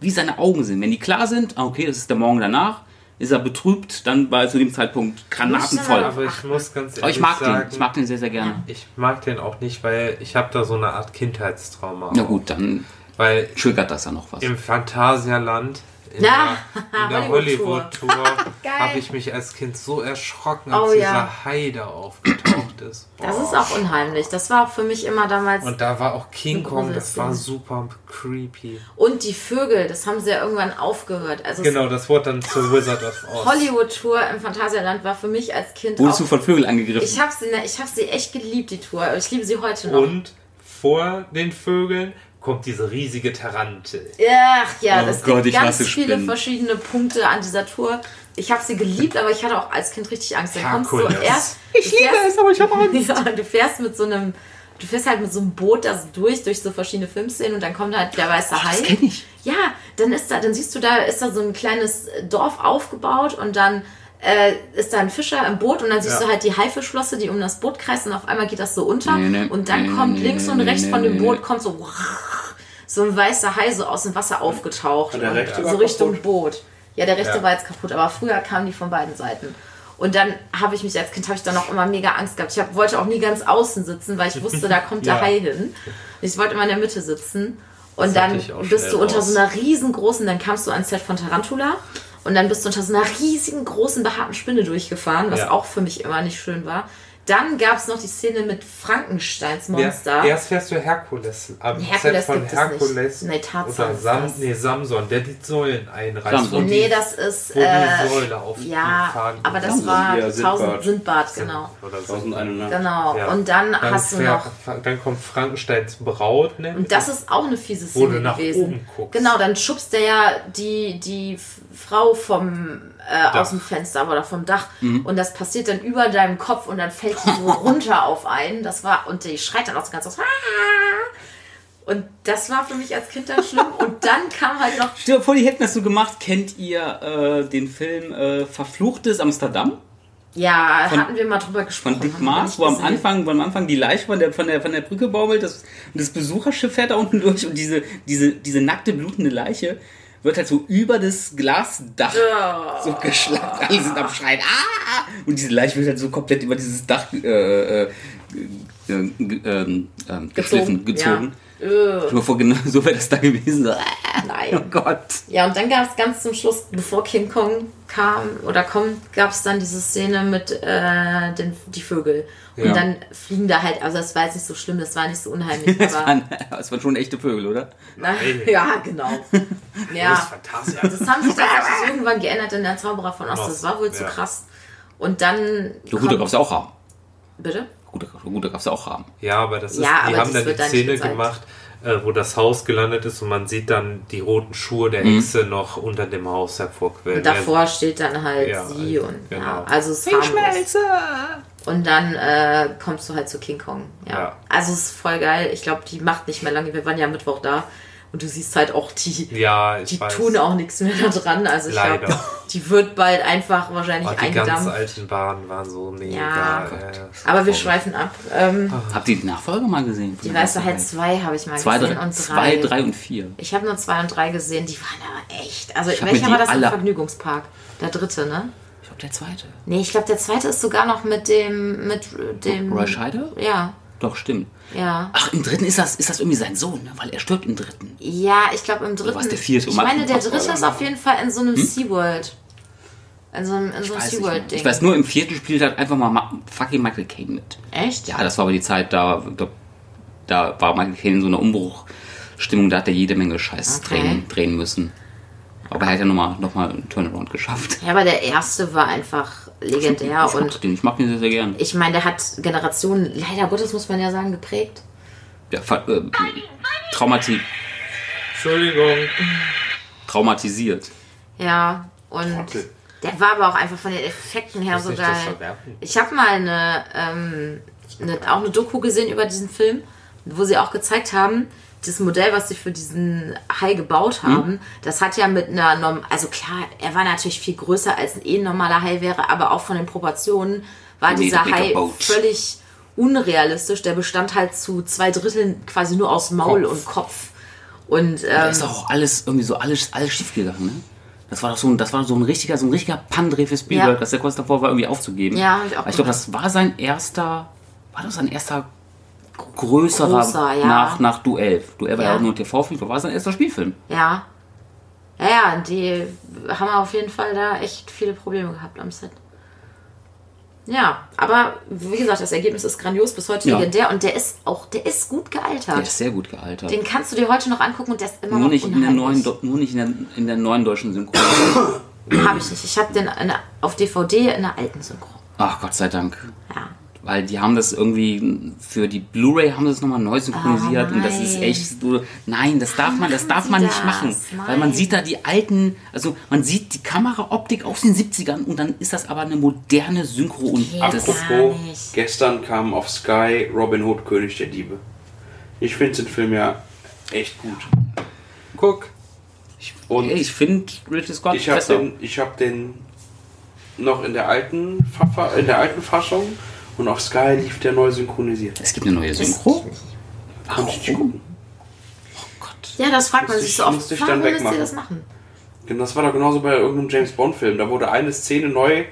Speaker 1: wie seine Augen sind. Wenn die klar sind, ah, okay, das ist der Morgen danach, ist er betrübt, dann war er zu dem Zeitpunkt granatenvoll.
Speaker 4: Aber ich muss ganz ehrlich
Speaker 1: Aber ich mag
Speaker 4: sagen,
Speaker 1: den, ich mag den sehr, sehr gerne.
Speaker 4: ich mag den auch nicht, weil ich habe da so eine Art Kindheitstrauma.
Speaker 1: Na gut, dann
Speaker 4: Weil
Speaker 1: triggert das ja noch was.
Speaker 4: Im Phantasialand, in
Speaker 3: Ja, *laughs*
Speaker 4: der, in der
Speaker 3: Hollywood-Tour.
Speaker 4: Hollywood-Tour,
Speaker 3: *laughs*
Speaker 4: habe ich mich als Kind so erschrocken, als
Speaker 3: Oh,
Speaker 4: dieser
Speaker 3: ja.
Speaker 4: Hai da aufgetaucht ist.
Speaker 3: Das
Speaker 4: Boah.
Speaker 3: ist auch unheimlich. Das war für mich immer damals. Und,
Speaker 4: Und da war auch King Kong, das
Speaker 3: Gruselig.
Speaker 4: war super creepy.
Speaker 3: die Vögel, das haben sie ja irgendwann aufgehört. Also es-
Speaker 4: Genau, das wurde dann
Speaker 3: Ah,
Speaker 4: zu Wizard of Oz.
Speaker 3: Hollywood-Tour im Phantasialand war für mich als Kind
Speaker 1: Wurdest du
Speaker 3: auch.
Speaker 1: von Vögeln angegriffen?
Speaker 3: Ich habe sie, ne, ich hab sie echt geliebt, die Tour. Ich liebe sie heute noch.
Speaker 4: Und vor den Vögeln kommt diese riesige Tarantel.
Speaker 3: Ach ja,
Speaker 1: Oh
Speaker 3: das
Speaker 1: Gott,
Speaker 3: gibt
Speaker 1: ich
Speaker 3: ganz
Speaker 1: hasse
Speaker 3: viele
Speaker 1: Spinnen.
Speaker 3: verschiedene Punkte an dieser Tour. Ich habe sie geliebt, aber ich hatte auch als Kind richtig Angst. Dann kommst du
Speaker 4: Herkules.
Speaker 3: erst, ich liebe es, aber ich habe *laughs* Angst. Du fährst mit so einem, du fährst halt mit so einem Boot da so durch, durch so verschiedene Filmszenen und dann kommt halt der weiße Hai.
Speaker 1: das kenne ich.
Speaker 3: Ja, dann ist da, dann siehst du, da ist da so ein kleines Dorf aufgebaut und dann äh, ist da ein Fischer im Boot und dann siehst
Speaker 4: Ja.
Speaker 3: du halt die Haifischflosse, die um das Boot kreist und auf einmal geht das so unter
Speaker 1: Nee, nee,
Speaker 3: und dann
Speaker 1: nee,
Speaker 3: kommt
Speaker 1: nee,
Speaker 3: links
Speaker 1: nee,
Speaker 3: und
Speaker 1: nee,
Speaker 3: rechts
Speaker 1: nee,
Speaker 3: von dem
Speaker 1: nee,
Speaker 3: Boot
Speaker 1: nee.
Speaker 3: kommt so *laughs* so ein weißer Hai so aus dem Wasser aufgetaucht.
Speaker 2: Und der rechte war
Speaker 3: so Richtung
Speaker 2: kaputt?
Speaker 3: Boot. Ja, der rechte
Speaker 4: Ja.
Speaker 3: war jetzt kaputt, aber früher kamen die von beiden Seiten. Und dann habe ich mich als Kind habe ich dann auch immer mega Angst gehabt. Ich hab, wollte auch nie ganz außen sitzen, weil ich wusste, da
Speaker 4: *laughs*
Speaker 3: kommt der
Speaker 4: Ja.
Speaker 3: Hai hin. Ich wollte immer in der Mitte sitzen. Und
Speaker 4: hatte
Speaker 3: dann
Speaker 4: ich auch
Speaker 3: bist
Speaker 4: schnell
Speaker 3: du unter
Speaker 4: raus.
Speaker 3: so einer riesengroßen, dann kamst du ans Set von Tarantula und dann bist du unter so einer riesigen großen behaarten Spinne durchgefahren, was
Speaker 4: Ja.
Speaker 3: auch für mich immer nicht schön war. Dann gab es noch die Szene mit Frankensteins
Speaker 4: Ja,
Speaker 3: Monster.
Speaker 4: Erst fährst du Herkules am
Speaker 3: Herkules
Speaker 4: Set von
Speaker 3: gibt es
Speaker 4: Herkules
Speaker 3: nicht. Nee, Tarzan
Speaker 4: oder
Speaker 3: ist
Speaker 4: Sam,
Speaker 3: das.
Speaker 4: nee, Samson, der die Säulen einreißt.
Speaker 1: Samson.
Speaker 4: wo die-
Speaker 3: Nee, das ist.
Speaker 4: wo die
Speaker 3: äh,
Speaker 4: Säule auf die
Speaker 3: ja,
Speaker 4: Fahnen
Speaker 3: aber das
Speaker 4: ist.
Speaker 3: war
Speaker 2: Ja, Sindbad.
Speaker 3: 1000 Sindbad, genau.
Speaker 4: Oder so.
Speaker 2: 1001 Nacht.
Speaker 3: Genau.
Speaker 4: Ja.
Speaker 3: Und dann, hast du
Speaker 4: fährt-
Speaker 3: noch.
Speaker 4: Dann kommt Frankensteins Braut, ne?
Speaker 3: Und das ist auch eine fiese
Speaker 4: Wo
Speaker 3: Szene
Speaker 4: du nach
Speaker 3: gewesen.
Speaker 4: oben guckst.
Speaker 3: Genau, dann schubst der ja die, die F- Frau vom äh, aus dem Fenster oder vom Dach
Speaker 1: Mhm.
Speaker 3: und das passiert dann über deinem
Speaker 1: *laughs*
Speaker 3: Kopf und dann fällt sie so runter auf einen. Das war und die schreit dann auch so ganz aus. "Ah!" Und das war für mich als Kind dann
Speaker 1: *laughs*
Speaker 3: schlimm. Und dann kam halt noch.
Speaker 1: Stell dir vor, die hätten das so gemacht. Kennt ihr äh, den Film äh, Verfluchtes Amsterdam?
Speaker 3: Ja, hatten wir mal drüber gesprochen.
Speaker 1: Von Dick
Speaker 3: haben wir
Speaker 1: Maas,
Speaker 3: nicht
Speaker 1: wo am
Speaker 3: gesehen.
Speaker 1: Anfang, wo am Anfang die Leiche von der, von der, von der Brücke baumelt, das, das Besucherschiff fährt da unten *laughs* durch und diese, diese, diese nackte, blutende Leiche wird halt so über das Glasdach so geschlagen. Alle sind am Schreien. Ah! Und diese Leiche wird halt so komplett über dieses Dach äh, äh, äh, äh, ähm, ähm, geschliffen, gezogen.
Speaker 3: Ja. Äh,
Speaker 1: Stell dir mal vor, genau so wäre das da gewesen. So, *laughs* ah,
Speaker 3: nein.
Speaker 1: oh Gott.
Speaker 3: Ja, und dann gab es ganz zum Schluss, bevor King Kong kam oder kommt, gab es dann diese Szene mit äh, den die Vögel. Und
Speaker 1: Ja.
Speaker 3: dann fliegen da halt, also das war jetzt nicht so schlimm, das war nicht so unheimlich,
Speaker 1: *laughs* Das
Speaker 3: aber
Speaker 1: waren, das waren schon echte Vögel, oder?
Speaker 3: na, ja,
Speaker 1: *laughs*
Speaker 3: genau. Ja,
Speaker 4: Fantasia.
Speaker 3: das haben sich tatsächlich irgendwann geändert in der Zauberer von Ost, das war wohl zu
Speaker 4: Ja.
Speaker 3: krass. Und dann
Speaker 1: So gut, da gab es auch Rahmen.
Speaker 3: bitte?
Speaker 1: Gut, gut, da gab es auch Rahmen.
Speaker 4: Ja, aber das ist,
Speaker 3: Ja,
Speaker 4: die
Speaker 3: aber das
Speaker 4: haben dann
Speaker 3: wird
Speaker 4: die
Speaker 3: da nicht
Speaker 4: Szene
Speaker 3: gezeigt.
Speaker 4: gemacht, äh, wo das Haus gelandet ist und man sieht dann die roten Schuhe der Hexe noch unter dem Haus hervorquellen.
Speaker 3: Mhm. Und davor steht dann halt
Speaker 4: Ja,
Speaker 3: sie
Speaker 4: also,
Speaker 3: und
Speaker 4: genau.
Speaker 3: ja, also es ist Und dann äh, kommst du halt zu King Kong. Ja.
Speaker 4: Ja.
Speaker 3: Also es ist voll geil. Ich glaube, die macht nicht mehr lange. Wir waren ja am Mittwoch da und du siehst halt auch die.
Speaker 4: Ja, ich
Speaker 3: Die
Speaker 4: weiß.
Speaker 3: tun auch nichts mehr da dran. Also ich glaube,
Speaker 4: Leider.
Speaker 3: die wird bald einfach wahrscheinlich
Speaker 4: Oh, die ganz
Speaker 3: eingedampft.
Speaker 4: alten Bahnen waren so mega.
Speaker 3: Ja.
Speaker 4: äh,
Speaker 3: Aber wir schweifen ab. Ähm,
Speaker 1: Habt ihr die Nachfolger mal gesehen?
Speaker 3: die weiße halt zwei habe ich mal
Speaker 1: Zwei,
Speaker 3: gesehen
Speaker 1: drei,
Speaker 3: und
Speaker 1: zwei,
Speaker 3: drei.
Speaker 1: drei und vier.
Speaker 3: Ich habe nur zwei und drei gesehen. Die waren aber echt. Also
Speaker 1: Ich hab mir
Speaker 3: welcher
Speaker 1: die
Speaker 3: war das im
Speaker 1: alle-
Speaker 3: Vergnügungspark? Der dritte, ne?
Speaker 1: Ich glaube, der zweite.
Speaker 3: Nee, ich glaube, der zweite ist sogar noch mit dem. Mit äh, dem
Speaker 1: Roy Scheider?
Speaker 3: Ja,
Speaker 1: Doch, stimmt.
Speaker 3: ja.
Speaker 1: Ach, im dritten ist das, ist das irgendwie sein Sohn, ne? weil er stirbt im dritten.
Speaker 3: Ja, ich glaube im dritten.
Speaker 1: warst der vierte, um
Speaker 3: ich meine, der
Speaker 1: Affen-
Speaker 3: dritte ist auf jeden Fall in so einem SeaWorld. In so einem, in so
Speaker 1: Weiß Hm? ich
Speaker 3: einem
Speaker 1: nicht.
Speaker 3: SeaWorld-Ding.
Speaker 1: ich weiß nur, im vierten spielt halt einfach mal Ma fucking Michael Caine mit.
Speaker 3: Echt?
Speaker 1: Ja, das war aber die Zeit, da, da, da war Michael Caine in so einer Umbruchstimmung, da hat er jede Menge Scheiß
Speaker 3: Okay.
Speaker 1: drehen, drehen müssen. Aber er hat ja nochmal noch mal einen Turnaround geschafft.
Speaker 3: Ja, aber der erste war einfach legendär
Speaker 1: ich
Speaker 3: und
Speaker 1: mag den, ich mag den sehr, sehr gern.
Speaker 3: ich meine, der hat Generationen, leider Gottes muss man ja sagen, geprägt.
Speaker 1: Der, fa- äh, traumati
Speaker 4: Entschuldigung.
Speaker 1: traumatisiert.
Speaker 3: Ja, und
Speaker 2: Trottel.
Speaker 3: der war aber auch einfach von den Effekten her so
Speaker 4: nicht das
Speaker 3: geil.
Speaker 4: verwerfen.
Speaker 3: Ich habe mal eine, ähm, eine, auch eine Doku gesehen über diesen Film, wo sie auch gezeigt haben, das Modell, was sie für diesen Hai gebaut
Speaker 4: Hm?
Speaker 3: haben, das hat ja mit einer Norm also klar, er war natürlich viel größer als ein eh normaler Hai wäre, aber auch von den Proportionen war
Speaker 1: Nee,
Speaker 3: dieser
Speaker 1: der
Speaker 3: Hai
Speaker 1: Boot.
Speaker 3: völlig unrealistisch. Der bestand halt zu zwei Dritteln quasi nur aus Maul
Speaker 4: Kopf.
Speaker 3: und Kopf. Und
Speaker 1: Da
Speaker 3: ähm,
Speaker 1: ist doch auch alles irgendwie so alles, alles schief gegangen, ne? Das war doch so ein, das war so ein richtiger, so ein richtiger Pandreh für Spielberg,
Speaker 3: Ja.
Speaker 1: dass der kurz davor war, irgendwie aufzugeben.
Speaker 3: Ja, hab ich auch
Speaker 1: Aber ich glaube,
Speaker 3: gehört.
Speaker 1: das war sein erster, war das sein erster größerer
Speaker 3: Großer, ja.
Speaker 1: nach, nach Duell. Duell war ja
Speaker 3: Ja.
Speaker 1: auch nur ein TV-Film, aber war sein erster Spielfilm.
Speaker 3: ja. Ja, ja, die haben auf jeden Fall da echt viele Probleme gehabt am Set. Ja, aber wie gesagt, das Ergebnis ist grandios, bis heute
Speaker 1: Ja.
Speaker 3: legendär und der ist auch, der ist gut gealtert.
Speaker 1: Der ist sehr gut gealtert.
Speaker 3: Den kannst du dir heute noch angucken und der ist immer
Speaker 1: nur
Speaker 3: noch
Speaker 1: nicht, in der neuen,
Speaker 3: unheimlich.
Speaker 1: Do- nur nicht in der, in der neuen deutschen Synchron.
Speaker 3: Habe ich nicht. Ich habe den in, der- auf DVD in der alten Synchro.
Speaker 1: Ach Gott sei Dank.
Speaker 3: Ja.
Speaker 1: Weil die haben das irgendwie für die Blu-ray haben sie es nochmal neu synchronisiert
Speaker 3: Ah,
Speaker 1: und das ist
Speaker 3: nein.
Speaker 1: echt so. Nein, das darf man, das darf man
Speaker 3: sie
Speaker 1: nicht
Speaker 3: das?
Speaker 1: machen. Weil
Speaker 3: Nein.
Speaker 1: man sieht da die alten, also man sieht die Kameraoptik aus den 70ern und dann ist das aber eine moderne Synchro und
Speaker 3: Geht
Speaker 1: das
Speaker 3: nicht.
Speaker 2: Apropos,
Speaker 3: Gar nicht.
Speaker 2: gestern kam auf Sky Robin Hood, König der Diebe. Ich finde den Film ja echt gut.
Speaker 4: Guck.
Speaker 2: Und
Speaker 1: Ey, ich finde Ridley Scott
Speaker 2: ich habe
Speaker 1: besser.
Speaker 2: den, ich hab den noch in der alten Fa- in der alten Fassung und auf Sky lief der neu synchronisiert.
Speaker 1: Es gibt eine neue Synchro.
Speaker 2: Kannst du nicht gucken.
Speaker 1: Gott.
Speaker 3: Ja, das fragt man
Speaker 2: Muss
Speaker 3: sich
Speaker 2: ich-
Speaker 3: so oft.
Speaker 2: muss ich
Speaker 3: Warum
Speaker 2: dann
Speaker 3: müsst ihr
Speaker 2: wegmachen.
Speaker 3: das machen?
Speaker 2: Genau, Das war doch genauso bei irgendeinem James Bond Film. Da wurde eine Szene neu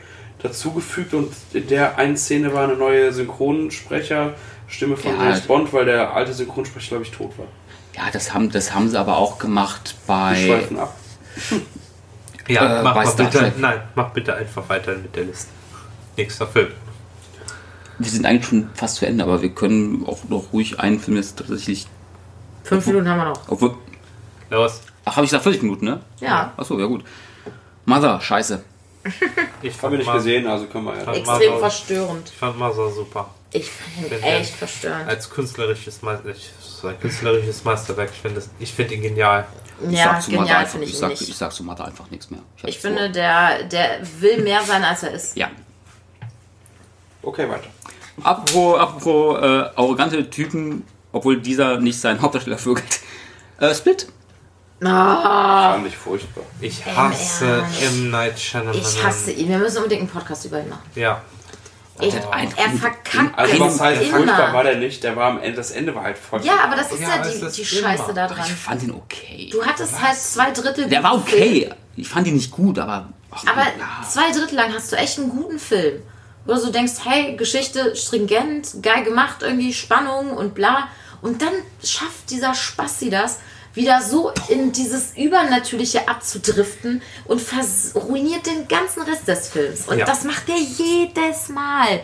Speaker 2: dazugefügt und in der einen Szene war eine neue Synchronsprecherstimme von
Speaker 1: Ja. halt.
Speaker 2: James Bond, weil der alte Synchronsprecher glaube ich tot war.
Speaker 1: Ja, das haben, das haben sie aber auch gemacht
Speaker 2: Wir
Speaker 1: bei.
Speaker 2: schweifen ab.
Speaker 4: Ja,
Speaker 1: Äh,
Speaker 4: mach
Speaker 1: bei
Speaker 4: mal
Speaker 1: Star
Speaker 4: bitte.
Speaker 1: Trek.
Speaker 4: Nein, mach bitte einfach weiter mit der Liste. Nächster Film.
Speaker 1: Wir sind eigentlich schon fast zu Ende, aber wir können auch noch ruhig einen Film jetzt tatsächlich.
Speaker 3: Fünf Minuten haben wir noch.
Speaker 1: Obwohl,
Speaker 4: Los.
Speaker 1: ach, habe ich gesagt 40 Minuten, ne?
Speaker 3: Ja.
Speaker 1: Achso, ja gut. Mother, scheiße.
Speaker 4: Ich
Speaker 2: Haben wir nicht
Speaker 4: Mother-
Speaker 2: gesehen, also können wir ja.
Speaker 4: Fand
Speaker 3: Extrem
Speaker 4: Mother-
Speaker 3: verstörend.
Speaker 4: Ich fand Mother super.
Speaker 3: Ich fand ihn
Speaker 4: Wenn
Speaker 3: echt
Speaker 4: der-
Speaker 3: verstörend.
Speaker 4: Als künstlerisches, Meister, ich, sein künstlerisches Meisterwerk. Ich finde ich find ihn genial.
Speaker 3: Ja,
Speaker 1: zu Mother
Speaker 3: genial
Speaker 1: einfach,
Speaker 3: finde ich
Speaker 1: ich,
Speaker 3: ihn
Speaker 1: sag, ich
Speaker 3: nicht.
Speaker 1: sag zu Mother einfach nichts mehr. hab's
Speaker 3: Ich finde, der, der will mehr sein, als er ist.
Speaker 1: Vor.
Speaker 3: *laughs*
Speaker 1: Ja.
Speaker 2: Okay, weiter.
Speaker 1: Apropos, apropos äh, arrogante Typen, obwohl dieser nicht seinen *laughs* Hauptdarsteller vögelt. Äh, Split? Ah.
Speaker 2: Fand ich furchtbar.
Speaker 4: Ich hasse M. Night Shyamalan.
Speaker 3: Ich hasse ihn. Wir müssen unbedingt einen Podcast über ihn machen.
Speaker 4: Ja.
Speaker 3: Ich,
Speaker 1: einen
Speaker 3: er verkackt
Speaker 2: Also was heißt,
Speaker 3: immer.
Speaker 2: furchtbar war der nicht, der war am Ende, das Ende war halt voll.
Speaker 3: Ja, aber das ist
Speaker 4: Ja,
Speaker 3: ja,
Speaker 4: es
Speaker 3: die,
Speaker 4: ist
Speaker 3: die
Speaker 4: immer.
Speaker 3: Scheiße da
Speaker 1: Ich
Speaker 3: dran.
Speaker 1: fand ihn okay.
Speaker 3: Du hattest halt zwei Drittel.
Speaker 1: Der war
Speaker 3: guten Film.
Speaker 1: okay. Ich fand ihn nicht gut, aber. ach,
Speaker 3: Aber
Speaker 1: ja.
Speaker 3: zwei Drittel lang hast du echt einen guten Film. Wo du so denkst, hey, Geschichte stringent, geil gemacht, irgendwie Spannung und bla. Und dann schafft dieser Spassi das, wieder so in dieses Übernatürliche abzudriften und vers ruiniert den ganzen Rest des Films. Und
Speaker 4: Ja.
Speaker 3: das macht er jedes Mal.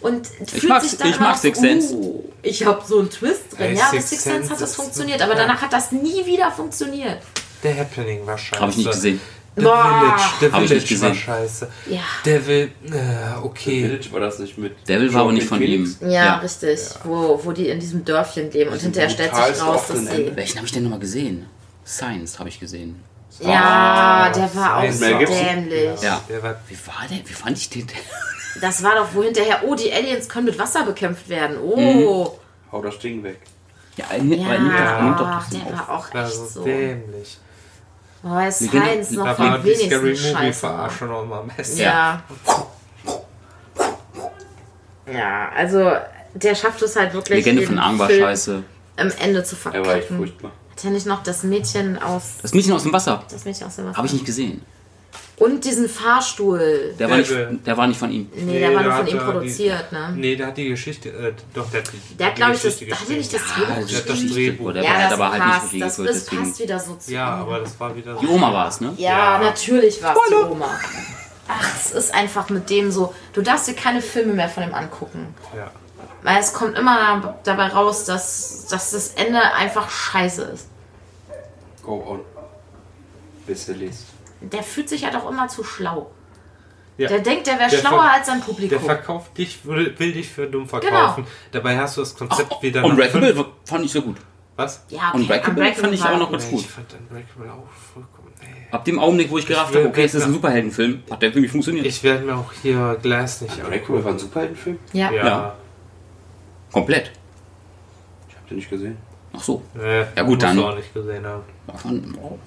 Speaker 3: Und fühlt
Speaker 1: mag's-
Speaker 3: sich dann
Speaker 1: ich mag
Speaker 3: auch so,
Speaker 1: Sixth Sense.
Speaker 3: Uh, ich habe so einen Twist drin.
Speaker 4: Ey,
Speaker 3: ja,
Speaker 4: Sixth
Speaker 3: Sixth, Sixth Sense
Speaker 4: Sense
Speaker 3: hat das
Speaker 4: ist-
Speaker 3: funktioniert, aber
Speaker 4: ja.
Speaker 3: danach hat das nie wieder funktioniert.
Speaker 4: Der Happening war scheiße.
Speaker 1: Hab ich nicht gesehen.
Speaker 4: The
Speaker 3: Boah.
Speaker 4: Village, The
Speaker 1: Hab ich
Speaker 4: Village
Speaker 1: nicht gesehen.
Speaker 4: war scheiße.
Speaker 3: Ja.
Speaker 4: Devil, äh, okay.
Speaker 2: Village war das nicht mit.
Speaker 1: Devil war aber nicht von ihm.
Speaker 3: Ja, richtig. Wo, wo die in diesem Dörfchen leben und
Speaker 2: Diesem
Speaker 3: hinterher stellt
Speaker 2: brutalst
Speaker 3: sich raus, dass
Speaker 2: offenen
Speaker 3: sie.
Speaker 2: Ende.
Speaker 1: Welchen habe ich denn nochmal gesehen? Science habe ich gesehen.
Speaker 3: Ja, der war auch
Speaker 4: Nein,
Speaker 3: so
Speaker 2: Mel Gibson.
Speaker 3: dämlich.
Speaker 1: Ja.
Speaker 4: Der war
Speaker 1: Wie war der? Wie fand ich den?
Speaker 3: Das war doch, wo hinterher, oh, die Aliens können mit Wasser bekämpft werden. Oh.
Speaker 2: Hau das Ding weg.
Speaker 1: *laughs* Ja, er nimmt,
Speaker 3: Ja,
Speaker 1: er nimmt doch, nimmt doch
Speaker 3: der
Speaker 1: das auf.
Speaker 3: war auch
Speaker 4: war
Speaker 3: echt
Speaker 4: so
Speaker 3: so.
Speaker 4: dämlich.
Speaker 3: Boah, ist
Speaker 1: Legende-
Speaker 3: Heinz noch
Speaker 4: Da war
Speaker 3: vom
Speaker 4: die Scary
Speaker 3: wenigsten
Speaker 4: Movie
Speaker 3: Scheiße. gemacht.
Speaker 4: Verarschung noch mal am besten.
Speaker 3: Ja. Ja, also der schafft es halt wirklich.
Speaker 1: Legende von
Speaker 3: jeden
Speaker 1: Aang war
Speaker 3: Film
Speaker 1: scheiße.
Speaker 3: Am Ende zu
Speaker 2: Er war echt
Speaker 3: verkacken.
Speaker 2: furchtbar.
Speaker 3: Hat ja nicht noch das Mädchen aus.
Speaker 1: Das Mädchen aus dem Wasser
Speaker 3: Das Mädchen aus dem Wasser.
Speaker 1: habe ich nicht gesehen.
Speaker 3: Und diesen Fahrstuhl.
Speaker 1: Der war, nicht,
Speaker 4: Devil.
Speaker 1: der war nicht von ihm.
Speaker 3: Nee, der war
Speaker 4: da
Speaker 3: nur von
Speaker 4: hat
Speaker 3: ihm
Speaker 4: er die-
Speaker 3: produziert, ne?
Speaker 4: Nee, der hat die Geschichte, äh, doch, der hat die,
Speaker 3: Der hat, glaube ich, das.
Speaker 4: Geschichte
Speaker 3: Hat er nicht das
Speaker 4: geschrieben.
Speaker 1: Ah,
Speaker 3: Drehbuch
Speaker 1: das
Speaker 4: hat
Speaker 1: ist
Speaker 4: das
Speaker 3: geschrieben?
Speaker 1: richtig
Speaker 4: Drehbuch.
Speaker 1: gut. Der
Speaker 3: Ja,
Speaker 1: hat
Speaker 3: das
Speaker 1: aber halt nicht
Speaker 3: passt.
Speaker 1: viel
Speaker 3: das,
Speaker 1: geführt,
Speaker 3: das passt
Speaker 1: deswegen.
Speaker 3: wieder so zu.
Speaker 4: Ja, aber das war wieder
Speaker 1: Die
Speaker 4: so.
Speaker 1: Oma war es, ne?
Speaker 3: Ja,
Speaker 4: Ja.
Speaker 3: natürlich war es die Oma. Ach, es ist einfach mit dem so. Du darfst dir keine Filme mehr von dem angucken.
Speaker 4: Ja.
Speaker 3: Weil es kommt immer dabei raus, dass, dass das Ende einfach scheiße ist.
Speaker 2: Go on. Bis er liest.
Speaker 3: Der fühlt sich halt auch immer zu schlau.
Speaker 4: Ja.
Speaker 3: Der denkt, der wäre
Speaker 4: Der
Speaker 3: schlauer
Speaker 4: ver-
Speaker 3: als sein
Speaker 4: Der
Speaker 3: Publikum.
Speaker 4: verkauft dich, will, will dich für dumm verkaufen.
Speaker 3: Genau.
Speaker 4: Dabei hast du das Konzept
Speaker 3: Oh,
Speaker 4: wieder.
Speaker 1: Und
Speaker 4: nach fünf-
Speaker 1: Wreckable fand ich so gut.
Speaker 4: Was?
Speaker 3: Ja,
Speaker 1: Und Wreckable fand ich
Speaker 3: war
Speaker 1: auch noch
Speaker 3: gut.
Speaker 1: ganz
Speaker 4: Nee,
Speaker 1: gut.
Speaker 4: Ich fand Unbreakable auch vollkommen. Nee.
Speaker 1: Ab dem Augenblick, wo ich gerafft
Speaker 4: will-
Speaker 1: habe, okay, es ist ein
Speaker 4: ja.
Speaker 1: Superheldenfilm, hat der für mich funktioniert.
Speaker 4: Ich werde mir auch hier Glass nicht
Speaker 2: Dracula war ein Superheldenfilm?
Speaker 3: Ja.
Speaker 4: Ja.
Speaker 1: Ja. Komplett.
Speaker 2: Ich hab den nicht gesehen.
Speaker 1: Ach so.
Speaker 4: Nee,
Speaker 1: Ja, gut,
Speaker 4: musst
Speaker 1: dann-
Speaker 4: Du auch nicht gesehen haben.
Speaker 1: War schon- oh.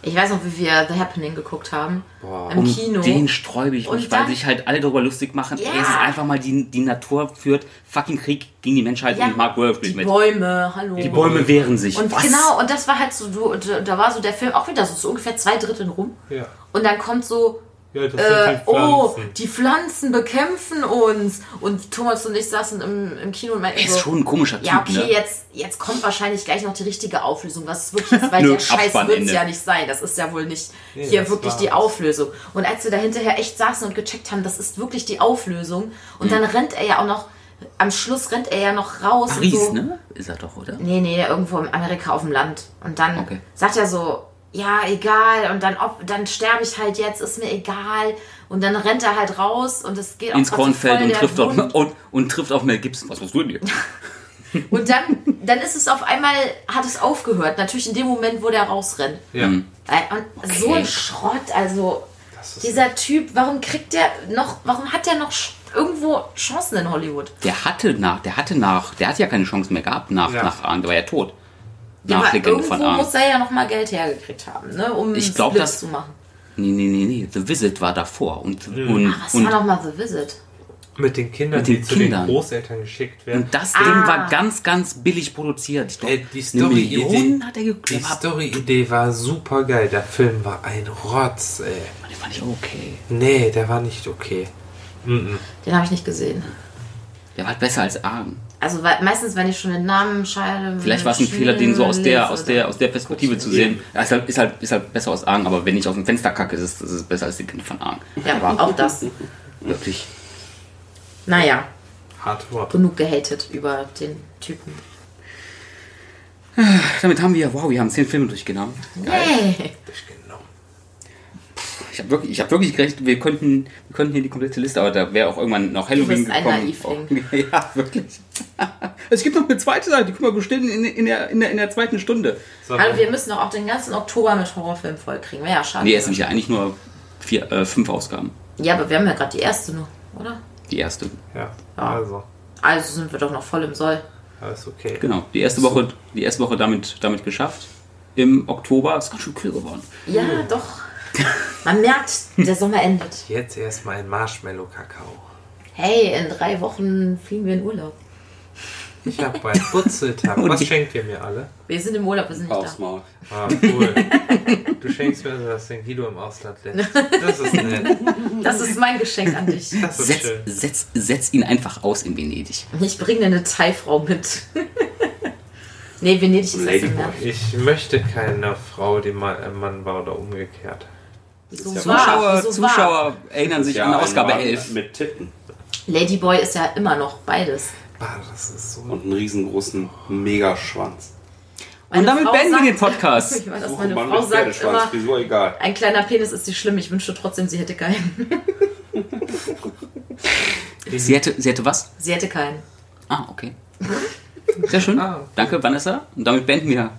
Speaker 3: Ich weiß noch, wie wir The Happening geguckt haben. Im
Speaker 1: Um
Speaker 3: Kino.
Speaker 1: den sträube ich
Speaker 3: Und
Speaker 1: mich,
Speaker 3: dann-
Speaker 1: weil sich halt alle darüber lustig machen.
Speaker 3: Ja.
Speaker 1: Ey, es ist einfach mal, die, die Natur führt fucking Krieg gegen die Menschheit
Speaker 3: Ja,
Speaker 1: und Mark Wahlberg
Speaker 3: die
Speaker 1: spielt mit.
Speaker 3: Bäume, hallo.
Speaker 1: Die Bäume wehren sich.
Speaker 3: Und
Speaker 1: Was?
Speaker 3: genau, und das war halt so, du, da da war so der Film auch wieder so, so ungefähr zwei Dritteln rum.
Speaker 4: Ja.
Speaker 3: Und dann kommt so,
Speaker 4: Ja, das
Speaker 3: äh,
Speaker 4: sind die
Speaker 3: oh,
Speaker 4: Pflanzen.
Speaker 3: die Pflanzen bekämpfen uns. Und Thomas und ich saßen im, im Kino und meinten
Speaker 1: Er ist
Speaker 3: so,
Speaker 1: schon ein komischer Typ,
Speaker 3: ja, okay,
Speaker 1: ne?
Speaker 3: jetzt, jetzt kommt wahrscheinlich gleich noch die richtige Auflösung, was es
Speaker 1: *laughs*
Speaker 3: wirklich ist, weil
Speaker 1: Nö,
Speaker 3: der Scheiß wird es
Speaker 1: Abspannende.
Speaker 3: ja nicht sein. Das ist ja wohl nicht
Speaker 4: Nee,
Speaker 3: hier
Speaker 4: das
Speaker 3: wirklich
Speaker 4: war's.
Speaker 3: die Auflösung. Und als wir da hinterher echt saßen und gecheckt haben, das ist wirklich die Auflösung. Und
Speaker 1: Hm.
Speaker 3: dann rennt er ja auch noch, am Schluss rennt er ja noch raus. und
Speaker 1: Paris,
Speaker 3: so.
Speaker 1: ne? Ist er doch, oder?
Speaker 3: Nee, nee, irgendwo in Amerika auf dem Land. Und dann
Speaker 1: Okay.
Speaker 3: sagt er so, ja, egal. Und dann, ob, dann sterbe ich halt jetzt, ist mir egal. Und dann rennt er halt raus und es geht auch
Speaker 1: Ins
Speaker 3: grad so
Speaker 1: Kornfeld
Speaker 3: also voll
Speaker 1: und
Speaker 3: der
Speaker 1: trifft, auf,
Speaker 3: Wund.
Speaker 1: und, und trifft auf Mel Gibson. Was machst du denn hier?
Speaker 3: *laughs* Und dann, dann ist es auf einmal, hat es aufgehört. Natürlich in dem Moment, wo der rausrennt.
Speaker 4: Ja.
Speaker 1: Hm.
Speaker 3: Äh, Und so ein Schrott, also
Speaker 4: ist-
Speaker 3: dieser Typ, warum kriegt der noch, warum hat der noch sch- irgendwo Chancen in Hollywood?
Speaker 1: Der hatte nach, der hatte nach, der hat ja keine Chance mehr gehabt nach,
Speaker 4: Ja.
Speaker 1: nach Arndt, der war ja tot.
Speaker 3: Ja,
Speaker 1: Nach
Speaker 3: aber
Speaker 1: Legende von
Speaker 3: irgendwo muss
Speaker 1: Arndt.
Speaker 3: er ja noch mal Geld hergekriegt haben, ne, um
Speaker 1: Ich glaub,
Speaker 3: Split
Speaker 1: das-
Speaker 3: zu machen.
Speaker 1: Nee, nee, nee, nee. The Visit war davor. Und, und,
Speaker 3: Ah, Was
Speaker 1: und,
Speaker 3: war noch mal The Visit?
Speaker 4: Mit den Kindern,
Speaker 1: Mit den
Speaker 4: die zu
Speaker 1: Kindern.
Speaker 4: den Großeltern geschickt werden.
Speaker 1: und das
Speaker 3: Ah.
Speaker 1: Ding war ganz, ganz billig produziert. Ich glaub,
Speaker 4: Ey, Äh, die
Speaker 1: eine
Speaker 4: Story-Idee-
Speaker 1: Million hat er gekriegt.
Speaker 4: die Story-Idee war super geil. Der Film war ein Rotz, ey.
Speaker 1: Den fand ich okay.
Speaker 4: Nee, der war nicht okay.
Speaker 3: Den habe ich nicht gesehen.
Speaker 1: Der war halt besser als Argen.
Speaker 3: Also weil, meistens, wenn ich schon den Namen scheide.
Speaker 1: Vielleicht war es ein
Speaker 3: sch-
Speaker 1: Fehler, den so aus der,
Speaker 3: lese,
Speaker 1: aus der,
Speaker 3: dann-
Speaker 1: aus der Perspektive zu sehen. Ja, ist, halt, ist, halt, ist halt besser aus Argen, aber wenn ich aus dem Fenster kacke, ist es, ist es besser als die Kinder von Argen.
Speaker 3: Ja, auch das.
Speaker 1: Wirklich.
Speaker 3: Naja,
Speaker 4: Hart Wort.
Speaker 3: genug gehatet über den Typen.
Speaker 1: Damit haben wir, wow, wir haben zehn Filme durchgenommen.
Speaker 3: Hey.
Speaker 4: Genau.
Speaker 1: Ich habe wirklich, ich hab wirklich gerechnet, wir könnten, wir könnten hier die komplette Liste, aber da wäre auch irgendwann noch Halloween
Speaker 3: bist ein
Speaker 1: gekommen. *laughs* ja, wirklich. es gibt noch eine zweite Seite, die können wir bestimmt in, in, der, in, der, in der zweiten Stunde.
Speaker 4: So,
Speaker 3: Also wir müssen doch auch den ganzen Oktober mit Horrorfilmen vollkriegen. Wäre ja schade.
Speaker 1: Nee, es sind ja eigentlich nur vier, äh, fünf Ausgaben.
Speaker 3: ja, aber wir haben ja gerade die erste nur, oder?
Speaker 1: Die erste.
Speaker 4: ja, also.
Speaker 3: Also sind wir doch noch voll im Soll.
Speaker 4: Ja, ist okay.
Speaker 1: Genau, die erste Woche, die erste Woche damit, damit geschafft. Im Oktober ist ganz schön kühl geworden.
Speaker 3: Ja,
Speaker 1: Hm.
Speaker 3: doch. Man merkt, der Sommer endet.
Speaker 4: Jetzt erstmal ein Marshmallow-Kakao.
Speaker 3: Hey, in drei Wochen fliegen wir in Urlaub.
Speaker 4: Ich hab bald Putzeltag. Was schenkt ihr mir alle?
Speaker 3: Wir sind im Urlaub, wir sind nicht da.
Speaker 2: Aufs Maul.
Speaker 4: Ah, cool. Du schenkst mir, dass den Guido im Ausland lässt. Das ist nett.
Speaker 3: Das ist mein Geschenk an dich.
Speaker 4: Das ist
Speaker 1: Setz,
Speaker 4: schön.
Speaker 1: setz, setz ihn einfach aus in Venedig.
Speaker 3: Ich bringe dir eine Thai-Frau mit. *laughs* nee, Venedig ist das im
Speaker 2: Ladyboy.
Speaker 3: März.
Speaker 4: Ich möchte keine Frau, die Ma- äh, Mann war oder umgekehrt.
Speaker 3: So
Speaker 2: Ist ja
Speaker 3: war,
Speaker 1: Zuschauer,
Speaker 3: so war.
Speaker 1: Zuschauer erinnern sich an
Speaker 2: ein
Speaker 1: Ausgabe
Speaker 2: Mann
Speaker 1: 11.
Speaker 2: Mit Titten
Speaker 3: Ladyboy ist ja immer noch beides.
Speaker 4: Bah, das ist so.
Speaker 2: und einen riesengroßen Megaschwanz.
Speaker 1: Und damit
Speaker 3: Frau
Speaker 1: beenden wir den
Speaker 3: sagt-
Speaker 1: Podcast.
Speaker 3: *laughs* Ich meine, dass
Speaker 2: Suche
Speaker 3: meine
Speaker 2: Mann
Speaker 3: Frau
Speaker 2: mit
Speaker 3: sagt immer,
Speaker 2: Pferdeschwanz, Frisur egal.
Speaker 3: ein kleiner Penis ist nicht schlimm, ich wünschte trotzdem, sie hätte keinen.
Speaker 1: Sie hätte, sie hätte was?
Speaker 3: Sie hätte keinen.
Speaker 1: Ah, okay. Sehr schön.
Speaker 4: *laughs* Ah, okay.
Speaker 1: Danke, Vanessa. Und damit beenden wir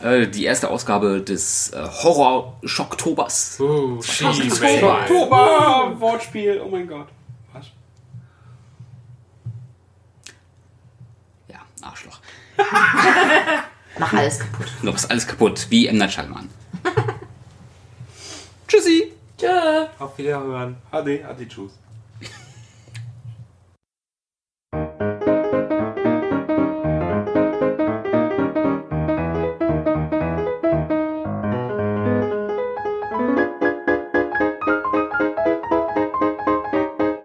Speaker 1: äh, die erste Ausgabe des äh, Horror-Schocktobers. *laughs*
Speaker 4: Uh, She-Man.
Speaker 2: Oktober! Wortspiel, oh mein Gott. Was?
Speaker 1: Ja, Arschloch.
Speaker 3: Mach alles kaputt.
Speaker 1: Du machst alles kaputt, wie M. Night Shyamalan. *laughs* Tschüssi!
Speaker 3: Tschö.
Speaker 4: Auf Wiederhören.
Speaker 2: Ade, Ade, tschüss.